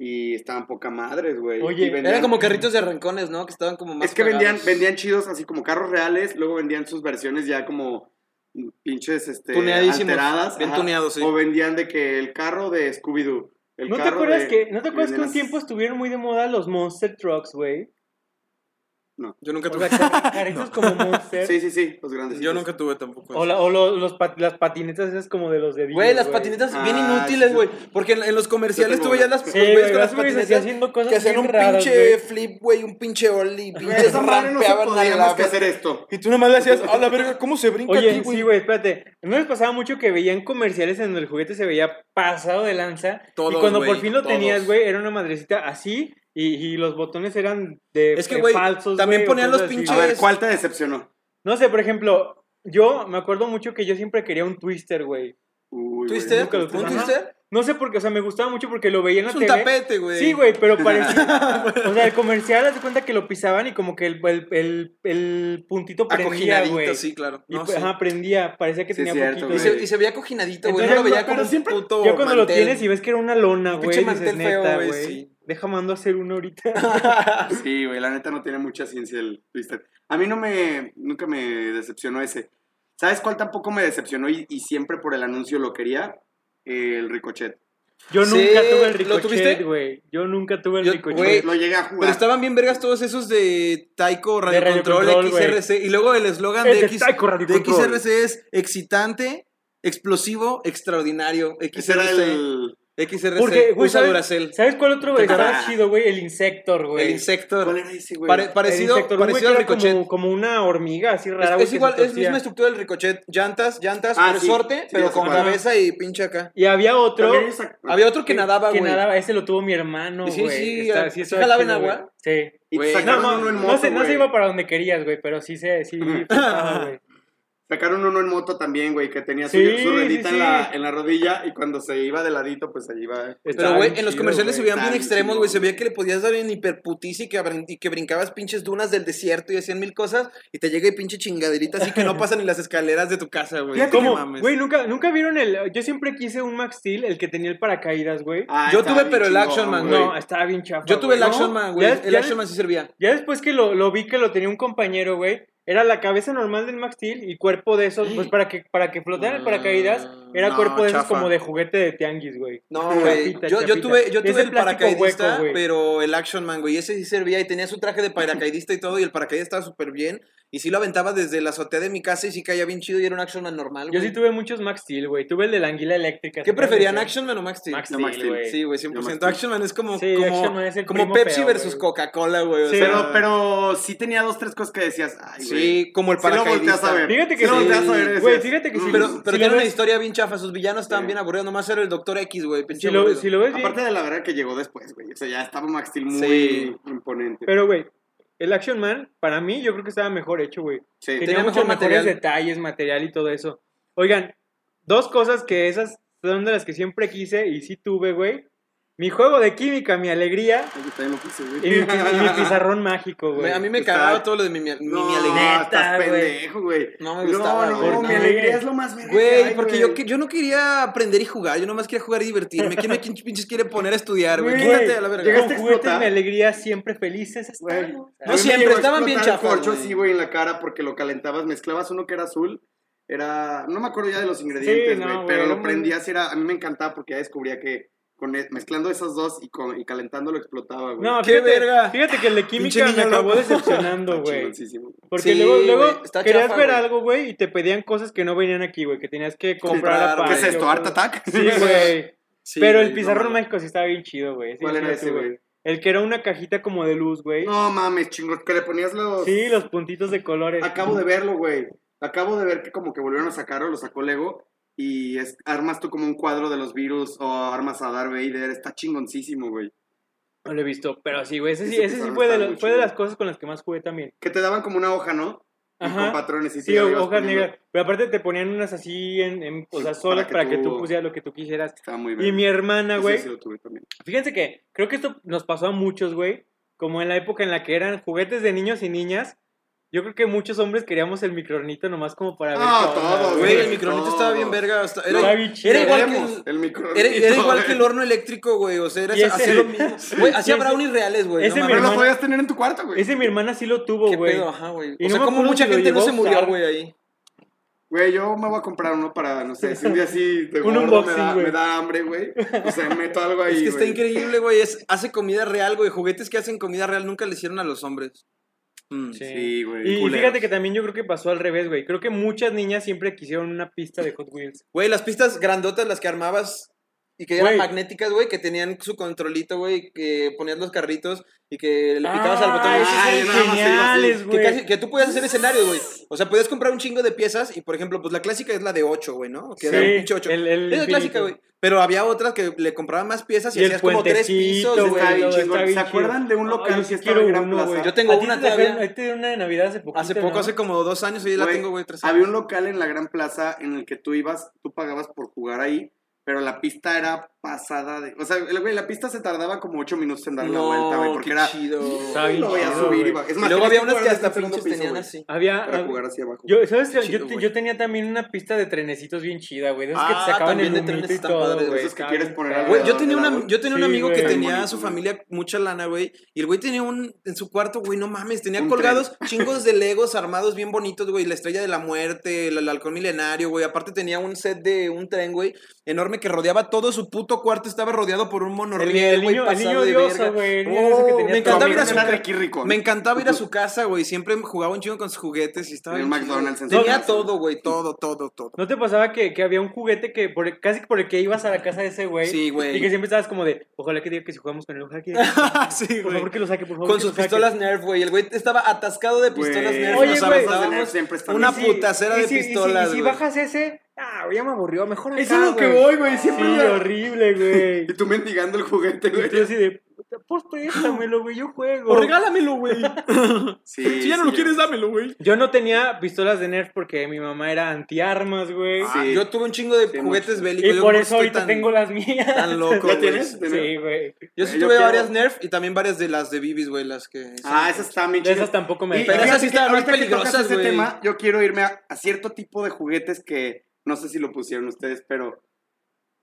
C: Y estaban poca madres, güey.
D: Oye,
C: Y vendían-
A: Eran como carritos de rancones, ¿no? Que estaban como más.
C: Es que vendían,
A: cagados.
C: vendían chidos así como carros reales, luego vendían sus versiones ya como pinches este,
A: Tuneadísimos,
C: alteradas.
A: bien
C: ajá.
A: tuneados, sí.
C: O vendían de que el carro de Scooby-Doo. el
D: ¿No te,
C: carro
D: acuerdas
C: de-
D: que, ¿No te
C: y
D: acuerdas que
C: vendían
D: un tiempo
C: las-
D: estuvieron muy de moda los Monster Trucks, güey?
A: Yo nunca
D: O
A: tuve.
D: sea, car- carritos como Monster.
C: Sí, pues. sí, sí, los grandes.
A: Yo nunca tuve tampoco.
D: O, la- o lo- los pat- las patinetas esas como de los deditos.
A: Güey, las patinetas bien
C: Ah,
A: inútiles,
C: sí,
A: güey.
C: sí.
A: Porque en, en los comerciales
C: Yo tengo
A: tú veías las los
D: Sí,
A: güeyes
D: güey,
A: con
D: las
A: las
D: güeyes así
A: patinetas
D: haciendo cosas
A: que hacían
D: bien
A: un
D: raras,
A: pinche
D: güey.
A: flip, güey, un pinche ollie, pinches
C: Esa madre no se
A: rampeaban a la
C: podíamos que
A: vez.
C: hacer esto.
A: Y tú nomás le hacías, a la verga, ¿cómo se brinca
D: Oye,
A: aquí,
D: sí,
A: güey?
D: güey, espérate. ¿No les pasaba mucho que veían comerciales en donde el juguete se veía pasado de lanza? y
A: Todos,
D: cuando por
A: güey,
D: fin lo
A: todos.
D: tenías, güey, era una madrecita así y, y los botones eran de
A: Es que,
D: de
A: güey,
D: falsos,
A: también
D: güey, o
A: ponían los
D: cosas así.
A: pinches-
C: A ver, ¿cuál te decepcionó?
D: No sé, por ejemplo, yo me acuerdo mucho que yo siempre quería un twister, güey.
C: Uy, güey,
A: ¿Twister?
C: nunca lo
A: ¿Un
C: tuve.
D: Ajá.
A: twister?
D: No sé por qué, o sea, me gustaba mucho porque lo veía en la
A: Es un
D: tele.
A: tapete, güey.
D: Sí, güey, pero parecía. o sea, el comercial, haz de cuenta que lo pisaban y como que el, el, el, el puntito prendía,
A: Acoginadito,
D: güey.
A: sí, claro.
D: Y
A: No,
D: pues,
A: sí.
D: ajá, prendía, parecía que
C: Sí,
D: tenía
C: es cierto,
D: poquito.
A: Y
C: güey.
D: güey.
A: se, y se veía acoginadito, güey.
D: Entonces,
A: No lo veía
D: pero
A: como
C: siempre-
A: un puto
D: Ya cuando lo
A: mantel.
D: tienes y ves que era una lona,
A: Un
D: güey,
A: pinche
D: dices,
A: mantel feo,
D: neta,
A: güey,
D: güey.
A: sí.
D: Deja mando a hacer uno ahorita.
C: Sí, güey, la neta no tiene mucha ciencia el Twister. A mí no me, nunca me decepcionó ese. ¿Sabes cuál tampoco me decepcionó y, y siempre por el anuncio lo quería? El ricochet.
D: Yo
A: Sí,
D: nunca tuve el
A: ¿lo tuviste?
D: ricochet, güey. Yo nunca tuve el
A: Yo-
D: ricochet.
A: güey,
C: Lo llegué a jugar.
A: Pero estaban bien vergas todos esos de Taiko, Radio,
D: Radio
A: Control,
D: Control, güey.
A: XRC. Y luego el eslogan
D: El
A: de,
D: de
A: X-
D: Taiko, Radio
A: de
D: Control.
A: XRC es excitante, explosivo, extraordinario.
C: Ese era
A: XRC.
C: el...
A: XRC.
D: Porque, güey,
A: usa
D: ¿sabes-
A: Duracell.
D: ¿Sabes cuál otro güey? Estaba
C: Ah.
D: chido, güey, el Insector, güey.
A: El
C: ¿Cuál
A: insector.
C: era ese, güey?
A: Pare- parecido
D: El Insector,
A: parecido
D: güey,
A: al
D: que era
A: ricochet.
D: Como, como una hormiga así
A: Es-
D: rara, güey.
A: es,
D: que se
A: igual, es
D: torcía.
A: misma estructura del ricochet. Llantas, llantas,
C: Ah, sí.
A: resorte,
C: Sí, ya
A: pero
C: sé
A: con
C: cuál.
A: cabeza y pinche acá.
D: Y había otro.
C: También esa-
A: Había otro que nadaba,
D: Que
A: güey.
D: nadaba, ese lo tuvo mi hermano,
A: Sí,
D: güey.
A: sí,
D: Está-
A: ah, ¿sí
D: estaba
A: jalaba en
D: chido, güey.
A: agua?
D: Sí.
C: Y
A: Güey,
D: No,
C: sacaron
D: no,
C: uno en
D: no
C: moto,
D: se, no se
C: güey.
D: iba para donde querías, güey, pero sí se. Sí, pasaba, güey.
C: Sacaron uno en moto también, güey, que tenía su,
D: Sí,
C: su ruedita
D: sí,
C: en, la,
D: sí.
C: en la rodilla y cuando se iba de ladito, pues ahí iba.
D: Estaba
A: Pero, güey,
D: bien
A: en los
D: chido,
A: comerciales se
D: güey.
A: veían
C: Está
A: bien
C: bien
A: extremos,
C: chido,
A: güey. Se
C: güey.
A: veía que le podías dar en hiperputis y que, abrin- y que brincabas pinches dunas del desierto y hacían mil cosas. Y te llega y pinche chingaderita así que no pasan ni las escaleras de tu casa, güey.
C: Fíjate
A: No
D: ¿Cómo?
A: mames.
D: Güey, ¿nunca, nunca vieron el. Yo siempre quise un Max Steel, el que tenía el paracaídas, güey.
C: Ah,
A: Yo
C: estaba
A: tuve,
C: bien
A: pero el
C: chingón,
A: Action Man,
C: güey.
D: no, estaba bien chafa.
A: Yo tuve el
D: güey.
A: Action
D: ¿No?
A: Man, güey.
D: Ya-
A: El
D: ya-
A: Action Man sí servía.
D: Ya después que lo, lo vi que lo tenía un compañero, güey. Era la cabeza normal del Max Steel y cuerpo de esos, pues para que, para que flotara el paracaídas, era
A: Ah, No,
D: cuerpo de esos
A: chafa.
D: como de juguete de tianguis, güey.
A: No, güey.
D: Chapita,
A: Yo, yo
D: chapita.
A: tuve, yo
D: Ese
A: tuve el
D: plástico hueco,
A: paracaidista,
D: güey.
A: pero el Action Man, güey. Ese sí servía y tenía su traje de paracaidista y todo. Y el paracaidista estaba súper bien. Y sí lo aventaba desde la azotea de mi casa y sí caía bien chido y era un Action Man normal,
D: Yo
A: güey.
D: sí tuve muchos Max Steel, güey. Tuve el de la anguila eléctrica.
A: ¿Qué
D: ¿sabes?
A: preferían,
D: Ese.
A: Action Man o Max Steel?
D: Max
C: No, Max
D: Steel,
C: Steel.
D: güey.
A: Sí, güey,
C: Yo Max
A: 100%.
C: Steel.
A: Action Man es como,
D: Sí,
A: como,
D: Action Man es el
A: como
D: primo
A: Pepsi
D: feo,
A: versus
D: güey.
A: Coca-Cola, güey. o
D: Sí.
A: sea,
C: Pero, pero sí tenía dos, tres cosas que decías. Ay, güey.
A: sí, como el
C: Sí lo
A: paracaidista.
C: volteas a ver.
D: Fíjate que
C: Sí lo
D: sí.
C: volteas a ver, decías,
D: Güey, fíjate que sí.
C: mm.
A: Pero,
D: Si
A: pero
D: lo
A: tiene una
D: ves-
A: historia bien chafa. Sus villanos estaban
C: Sí.
A: bien aburridos. Nomás era el Doctor X, güey. pinche
D: Si lo,
A: aburrido.
D: si lo ves bien.
C: Aparte de la verdad que llegó después, güey. O sea, ya estaba Max Steel muy
A: Sí.
C: imponente.
D: Pero, güey, el Action Man, para mí, yo creo que estaba mejor hecho, güey.
C: sí.
D: Tenía
A: Tenía
D: muchos
A: mejor
D: mejores
A: material.
D: detalles, material y todo eso. Oigan, dos cosas que esas son de las que siempre quise y sí tuve, güey. Mi juego de química, mi alegría
C: Ay, yo también lo puse, güey.
D: y mi, pi- y mi pizarrón mágico,
A: Me-
D: güey.
A: a mí me
C: Está-
A: cagaba todo lo de mi, mi,
C: No,
A: mi alegría.
D: Neta,
C: estás
D: güey.
C: pendejo, güey.
A: No me gustaba,
C: No,
A: güey,
C: no,
A: no.
C: mi alegría es lo más verga que hay,
A: Güey, porque yo, que- yo no quería aprender y jugar. Yo nomás quería jugar y divertirme. ¿Quién me quién pinches quiere poner a estudiar, güey?
D: Güey,
A: Quítate a la verga.
C: llegaste
D: Con
C: a
D: juguetes,
C: explotar.
D: mi alegría, siempre felices
C: Güey.
D: estamos.
C: A mí me
A: siempre,
C: llegó a
A: estaban bien
C: explotar el
A: chafas,
C: corcho
A: güey.
C: así, güey, en la cara porque lo calentabas, mezclabas uno que era azul Era, no me acuerdo ya de los ingredientes,
D: no,
C: güey,
D: güey,
C: pero
D: era
C: lo
D: un-
C: prendías y era, a mí me encantaba porque ya descubría que con, e- mezclando esas dos y, con- y calentándolo explotaba, güey.
D: No,
A: ¡Qué
D: fíjate,
A: verga!
D: fíjate que el de
A: Pinche
D: química me
A: niño
D: acabó
A: loco.
D: decepcionando,
C: Está
D: güey.
C: chingoncísimo.
D: Porque
A: Sí,
D: luego, luego
A: güey, está
D: querías
A: chafa,
D: ver
A: güey.
D: algo, güey, y te pedían cosas que no venían aquí, güey, que tenías que comprar
A: Comprar,
D: aparte.
C: ¿Qué es
D: o
C: esto,
D: cosas-
C: Art Attack?
D: Sí, güey.
A: Sí,
D: Pero
A: güey,
D: el
A: no
D: pizarrón
A: mames.
D: mágico sí estaba bien chido, güey. Sí,
C: ¿Cuál
D: sí,
C: era
D: lo
C: ese,
D: tuve.
C: güey?
D: El que era una cajita como de luz, güey.
C: No mames, chingos, que le ponías los...
D: Sí, los puntitos de colores.
C: Acabo de verlo, güey. Acabo de ver que como que volvieron a sacarlo, lo sacó Lego. Y es, armas tú como un cuadro de los virus o armas a Darth Vader. Está chingoncísimo, güey.
D: No lo he visto, pero sí, güey. Ese sí,
C: Ese
D: ese sí
C: pizarrón
D: fue, de,
C: estaba
D: lo-
C: muy
D: fue de
C: chido.
D: las cosas con las que más jugué también.
C: Que te daban como una hoja, ¿no? Y con
D: Ajá.
C: patrones y tú
D: Sí,
C: ya lo ibas
D: hojas
C: poniendo.
D: negras. Pero aparte te ponían unas así, en, en- o sea,
C: Sí, para
D: solas
C: que
D: para que
C: tú-
D: tú pusieras lo que tú quisieras.
C: Estaba muy bien.
D: Y mi hermana, güey.
C: Sí, lo tuve también.
D: Fíjense que creo que esto nos pasó a muchos, güey. Como en la época en la que eran juguetes de niños y niñas. Yo creo que muchos hombres queríamos el micronito nomás como para ver.
C: Ah,
D: qué onda,
C: todos,
A: Güey, el
C: Sí,
A: micronito
C: todos.
A: estaba bien verga. hasta- Era,
D: Estaba bien chido.
A: era igual que
C: Queremos
A: el-
C: el micro.
A: Era, era igual que el horno eléctrico, güey. O sea, era,
D: Y ese-
A: hacía lo mismo. Güey, hacía
D: ese-
A: brownies reales, güey.
D: ese mi
C: Pero
A: mames.
C: lo
D: hermano-
C: podías tener en tu cuarto, güey.
D: Ese mi hermana sí lo tuvo,
A: Qué
D: güey.
A: pedo, ajá, güey.
D: Y
A: O sea,
D: no me
A: como
D: acuerdo
A: mucha
D: si lo
A: gente no
D: llevó
A: se
D: a
A: murió,
D: usar.
A: güey, ahí.
C: Güey, yo me voy a comprar uno para, no sé, si un día así de
D: Un
C: gordo
D: unboxing,
C: me, da,
D: güey.
C: me da hambre, güey. O sea, meto algo ahí,
A: Es que está
C: güey.
A: increíble, güey. es- Hace comida real, güey. Juguetes que hacen comida real nunca le hicieron a los hombres. Mm.
D: Sí.
C: Sí, güey.
D: Y, y
C: culeros.
D: fíjate que también yo creo que pasó al revés, güey. Creo que muchas niñas siempre quisieron una pista de Hot Wheels.
A: Güey, las pistas grandotas, las que armabas y que eran
D: Güey.
A: magnéticas, güey, que tenían su controlito, güey, que ponías los carritos y que le picabas al botón.
D: Ah,
A: ¡Ah!
D: esos
C: Ay,
D: eran
C: nada más te iba así.
D: geniales,
A: Que,
D: güey.
A: casi- que tú podías hacer escenarios, güey. O sea, podías comprar un chingo de piezas y, por ejemplo, pues la clásica es la de 8, güey, ¿no? Que era
D: Sí,
A: un pinche 8.
D: el- el
A: es la clásica,
D: infinito.
A: güey. Pero había otras que le compraban más piezas y,
D: Y el
A: hacías como tres
D: puentecito,
A: pisos.
D: güey,
A: güey,
C: Está bien
D: todo,
C: chingón.
D: está bien
C: ¿Se acuerdan
D: chido.
C: de un
D: Ay,
C: local
D: yo
C: que
D: sí
C: estaba
D: quiero
C: en Gran
D: uno,
C: Plaza?
D: güey.
A: Yo tengo
D: ¿A ti te
A: una
D: trajeron-
A: todavía.
D: a ti te dieron una de Navidad hace poco.
A: Hace poco, hace como dos años, y la
C: Güey,
A: tengo, güey, tres
C: Había un
A: años.
C: local en la Gran Plaza en el que tú ibas, tú pagabas por jugar ahí, pero la pista era pasada de. O sea, el- güey, la pista se tardaba como 8 minutos en dar la vuelta, güey, porque
A: qué
C: era.
A: chido.
D: Está bien
C: Lo veías
D: chido,
C: subir y
D: güey.
C: bajar. Es
A: Y
C: más,
A: luego
C: tenías
A: había unas que
C: guardar
A: hasta
C: en segundo
A: pinches
C: piso,
A: tenían
C: güey,
A: así.
D: Había.
C: Para jugar hacia abajo.
D: Yo, ¿sabes? qué?
A: chido,
D: yo, te-
A: güey.
D: yo tenía también una pista de trenecitos bien chida, güey. de Esas
A: Ah,
D: que te sacaban
A: también
D: el
A: de
D: humito
A: trenes
D: y
A: están
D: todo,
A: padres,
D: güey.
C: esos que
D: Estaba
C: quieres
D: bien
C: poner
D: perro.
A: Güey, yo
C: Alrededor
A: tenía,
C: del
A: una,
C: árbol.
A: yo tenía un
D: Sí,
A: amigo que
D: güey.
A: tenía
C: Bonito,
A: a su
C: güey.
A: familia mucha lana, güey. Y el güey tenía un. En su cuarto, güey, no mames. Tenía
C: Un
A: colgados chingos de legos armados bien bonitos, güey. La estrella de la muerte, el, el halcón milenario, güey. Aparte tenía un set de un tren, güey, enorme que rodeaba todo su puto cuarto. Estaba rodeado por un
D: El,
A: monorriel,
D: el
A: güey.
D: niño, el
A: pasado
D: niño
A: de
D: odioso,
A: verga.
D: güey. el niño
A: Oh,
D: odioso que tenía
A: me encantaba
D: todo.
A: ir a su
C: Era
A: ca-
C: Ricky Rico.
A: Me encantaba ir a su casa, güey. Siempre jugaba un chingo con sus juguetes y estaba.
C: En el
A: bien chido.
C: McDonald's en su
A: Tenía
C: casa.
A: todo, güey. Todo, todo, todo.
D: ¿No te pasaba que, que había un juguete que por, el- casi por el que ibas a la casa de ese güey?
A: Sí, güey.
D: Y que siempre estabas como de, ojalá que diga que si jugamos con el ojalá que diga que-
A: sí,
D: Por favor que lo saque, por favor.
A: Con
D: que
A: sus
D: lo saque".
A: pistolas Nerf, güey. El güey estaba atascado de pistolas
C: Güey,
A: Nerf.
D: Oye,
A: Nos
D: güey.
A: abrazábamos.
C: Las de Nerf siempre están
A: Una
C: bien.
D: Y si-
A: putacera
D: y
A: de
D: si- y si-
A: pistolas,
D: Y si
A: güey.
D: bajas ese, ah, ya me aburrió, mejor acá,
C: Eso es lo que voy, güey. Siempre
D: Sí,
C: la-
D: horrible, güey.
C: Y tú mendigando el juguete,
D: Y tú
C: güey.
D: así de, puta, pues préstamelo, güey, yo juego.
A: O regálamelo, güey.
C: Sí,
A: si ya no
C: sí,
A: lo quieres, dámelo, güey.
D: Yo no tenía pistolas de Nerf porque mi mamá era antiarmas, güey.
A: Ah,
C: Sí.
A: Yo tuve un chingo de
C: Sí,
A: juguetes
C: mucho.
A: bélicos.
D: y
A: yo
D: por
A: no
D: eso
A: estoy
D: ahorita
A: tan-
D: tengo las mías.
A: Tan loco,
C: ¿La
A: güey.
C: tienes?
D: Sí, güey.
A: Yo
C: Güey,
A: sí
C: yo
A: tuve
C: quiero-
A: varias Nerf y también varias de las de Bibis, güey, las que...
C: Ah, esas están bien
D: De
C: chidas.
D: esas tampoco me
C: Y
A: Pero
D: dejaron.
A: esas
C: fíjate
A: sí
C: que
A: estaban muy
C: ahorita que tocas
A: peligrosas,
C: ese
A: güey.
C: tema, yo quiero irme a, a cierto tipo de juguetes que no sé si lo pusieron ustedes, pero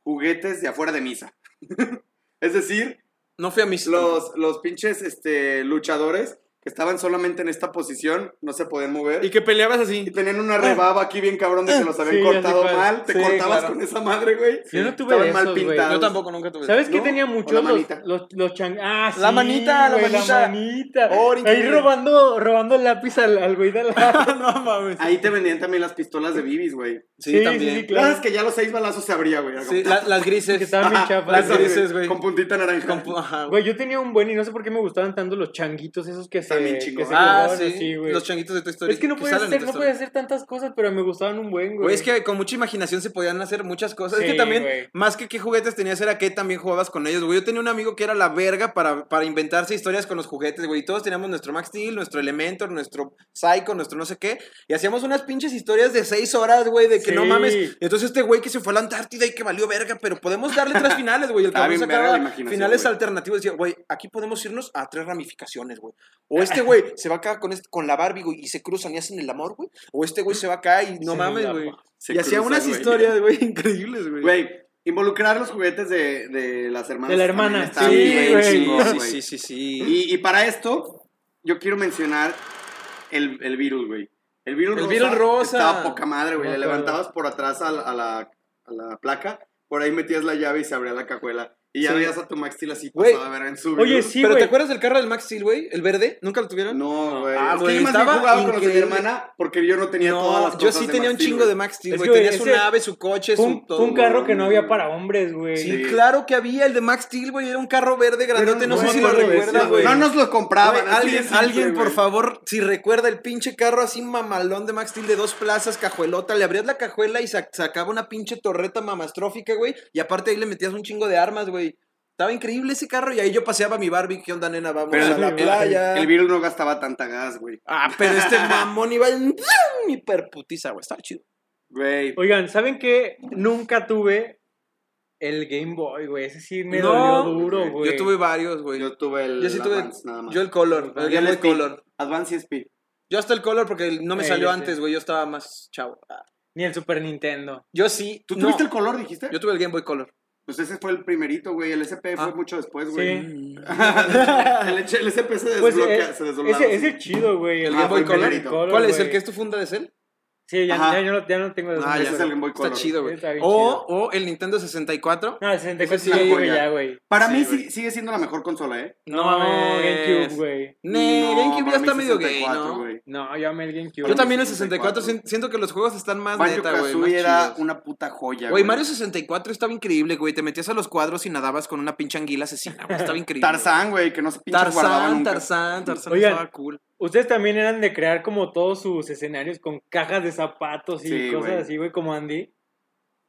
C: juguetes de afuera de misa. es decir,
A: No fui a mis...
C: los, los pinches este, luchadores que estaban solamente en esta posición, no se podían mover.
A: Y
C: Y,
A: que peleabas así.
C: tenían una rebaba aquí bien cabrón de que los habían
D: Sí, ya sé
C: cortado
D: cuál.
C: mal. Te
A: Sí,
C: cortabas
A: claro.
C: con esa madre, güey.
D: Yo no tuve
C: Estaban
D: de
C: mal
D: esos, güey.
C: pintados.
A: Yo tampoco nunca tuve.
D: ¿Sabes qué
C: Pues, ¿No?
D: tenía
C: ¿O
D: mucho?
C: la
D: Los-
C: manita?
D: Los, los chan- Ah,
A: La
D: sí,
A: manita, la
D: güey,
A: manita.
D: La manita.
A: Oh,
D: Ahí
A: increíble.
D: robando, robando el lápiz al, al güey de la...
A: no mames.
C: Ahí te vendían también las pistolas de bibis, güey.
A: Sí,
D: Sí, sí,
A: también.
D: sí,
A: Sí,
D: claro.
C: Claro. es que ya los seis balazos se abría, güey. Era como-
A: la- las grises.
D: Que estaban bien
C: Ajá,
D: chafas.
A: las
C: esas,
D: güey.
A: grises. güey.
C: Con puntita naranja.
A: Con pu- ajá, güey.
D: Güey, yo tenía un buen y no sé por qué me gustaban tanto los changuitos esos que se...
C: Están bien
D: que se
C: chingones.
A: Ah,
D: colgaban
A: sí.
D: así, güey.
A: Los changuitos de Toy Story.
D: Es que no puedes
A: salen en
D: hacer,
A: Toy
D: no
A: Story.
D: puedes hacer tantas cosas, pero me gustaban un buen, güey.
A: Güey, es que con mucha imaginación se podían hacer muchas cosas. es
D: Sí,
A: que también,
D: güey.
A: más que qué juguetes tenías, era que también jugabas con ellos, güey. Yo tenía un amigo que era la verga para, para inventarse historias con los juguetes, güey. Y Todos teníamos nuestro Max Steel, nuestro Elementor, nuestro Psycho, nuestro no sé qué. Y hacíamos unas pinches historias de seis horas, güey, de que no
D: Sí.
A: mames. Y entonces este güey que se fue a la Antártida y que valió verga, pero podemos darle tres finales, güey. El
C: Estaba
A: cabrón
C: bien verga
A: sacaba
C: la imaginación,
A: finales
C: güey.
A: alternativos. Decía, güey, aquí podemos irnos a tres ramificaciones, güey. O este güey se va acá con, este- con la Barbie, güey, y se cruzan y hacen el amor, güey. O este güey se va acá y no
D: Sí,
A: mames,
D: la-
A: güey.
C: Se
A: y hacía
C: cruzan,
A: unas
C: güey.
A: historias, güey, increíbles, güey.
C: Güey, involucrar los juguetes de, de las
D: De
C: hermanas.
D: la
C: también
D: hermana,
C: está
D: sí,
C: bien
D: güey.
C: chingón,
A: Sí,
C: güey.
A: sí, sí, sí, sí.
C: Y, y para esto, yo quiero mencionar el, el virus, güey. El virus
D: El
C: rosa.
D: Beetle rosa.
C: Estaba poca madre, güey.
D: Me
C: Le
D: acuerdo.
C: levantabas por atrás a la, a la- a la placa, por ahí metías la llave y se abría la cajuela. Y ya
A: Sí.
C: veías a tu Max Steel así
A: Güey.
C: pasado de ver en su
D: Oye,
C: virus.
D: sí,
A: ¿Pero
D: güey.
A: te acuerdas del carro del Max Steel, güey? ¿El verde? ¿Nunca lo tuvieron?
C: No, güey.
A: Ah,
C: es que
A: güey,
C: yo más bien
A: estaba
C: jugaba con los de mi
A: increíble.
C: hermana porque yo no tenía todas las
A: No, yo
C: cosas
A: sí
C: de
A: tenía
C: Max
A: un
C: Steel,
A: chingo
C: güey.
A: de Max Steel,
D: Es
A: güey.
D: que
A: Tenía su
D: ese-
A: nave, su coche,
D: Fue
A: su
D: un,
A: todo.
D: fue un carro que no había para hombres, güey.
A: Sí,
C: Sí.
A: claro que había el de Max Steel, güey. Era un carro verde grandote. No,
D: no
A: sé
D: me
A: si lo
D: acuerdo de ese,
A: recuerdas, güey.
D: güey.
C: No nos lo
A: Güey,
C: compraban. así de
A: alguien,
C: simple,
A: alguien, por
C: güey.
A: favor, si recuerda el pinche carro así mamalón de Max Steel de dos plazas, cajuelota, le abrías la cajuela y sac- sacaba una pinche torreta mamastrófica, güey, y aparte ahí le metías un chingo de armas, güey. Estaba increíble ese carro y ahí yo paseaba mi Barbie, ¿qué onda, nena? Vamos
C: Pero
A: a
C: el-
A: la
C: el-
A: playa.
C: El virus no gastaba tanta gas, güey.
A: Ah, pero este mamón iba en hiperputiza, güey. Estaba chido.
C: Güey.
D: Oigan, ¿saben qué? Nunca tuve el Game Boy, güey. Ese sí me
A: No.
D: dolió duro, güey.
A: Yo tuve varios, güey. Yo,
C: Yo tuve el.
A: sí tuve
C: Advance, nada más.
A: yo el color,
C: Yo
A: el Game Boy
C: SP.
A: color.
C: Advance y SP.
A: Yo hasta el color porque el- no me
D: Eh,
A: salió
D: yo sí.
A: antes, güey. Yo estaba más chavo. Ah,
D: Ni el Super Nintendo.
A: Yo sí.
C: ¿Tú
A: no,
C: tuviste el color, dijiste?
A: Yo tuve el Game Boy Color.
C: Pues ese fue el primerito, güey. El SP
A: Ah.
C: fue mucho después,
D: Sí.
C: güey. el, el SP se
D: Pues
C: desbloquea,
D: eh,
C: se desbloquea.
D: ese, ese es chido, güey.
A: ¿El
D: El
C: Ah,
A: Game Boy
D: Game
C: fue el
A: Color?
C: primerito.
D: Color,
A: ¿Cuál es?
D: güey.
A: ¿El que es tu funda de cel?
D: Sí, ya,
C: Ajá.
D: ya, no, ya no tengo de
A: Ah,
C: Ah,
A: ya
C: ese es el Game Boy
A: Está
C: Color.
A: chido, güey.
D: Está bien
A: O, o el Nintendo 64.
D: No, el 64
A: Ese
D: sí
A: sí
D: ya
C: es
D: llego
C: joya.
D: ya, güey.
C: Para mí
A: Sí, güey.
C: sí- sigue siendo la mejor consola, ¿eh?
D: No, GameCube,
A: mames.
D: güey.
A: Ne, GameCube ya
C: para mí
A: está medio gay,
C: 64,
A: ¿no?
C: güey.
D: No, yo amé el GameCube.
A: Yo
C: Para mí
A: también el 64
C: 64.
A: sien- siento que los juegos están más
C: Banjo
A: neta, güey.
C: Kazooie
A: más
C: era
A: chidos.
C: una puta joya,
A: Güey, Mario 64 estaba increíble, güey. Te metías a los cuadros y nadabas con una pinche anguila asesina, güey. Estaba increíble.
C: Tarzán, güey, que no se pinche guardaba
A: Tarzán,
C: nunca.
A: Tarzán, Tarzán
D: Oigan.
A: estaba cool.
D: Ustedes también eran de crear como todos sus escenarios con cajas de zapatos y
C: Sí,
D: cosas
C: güey.
D: así, güey, como Andy.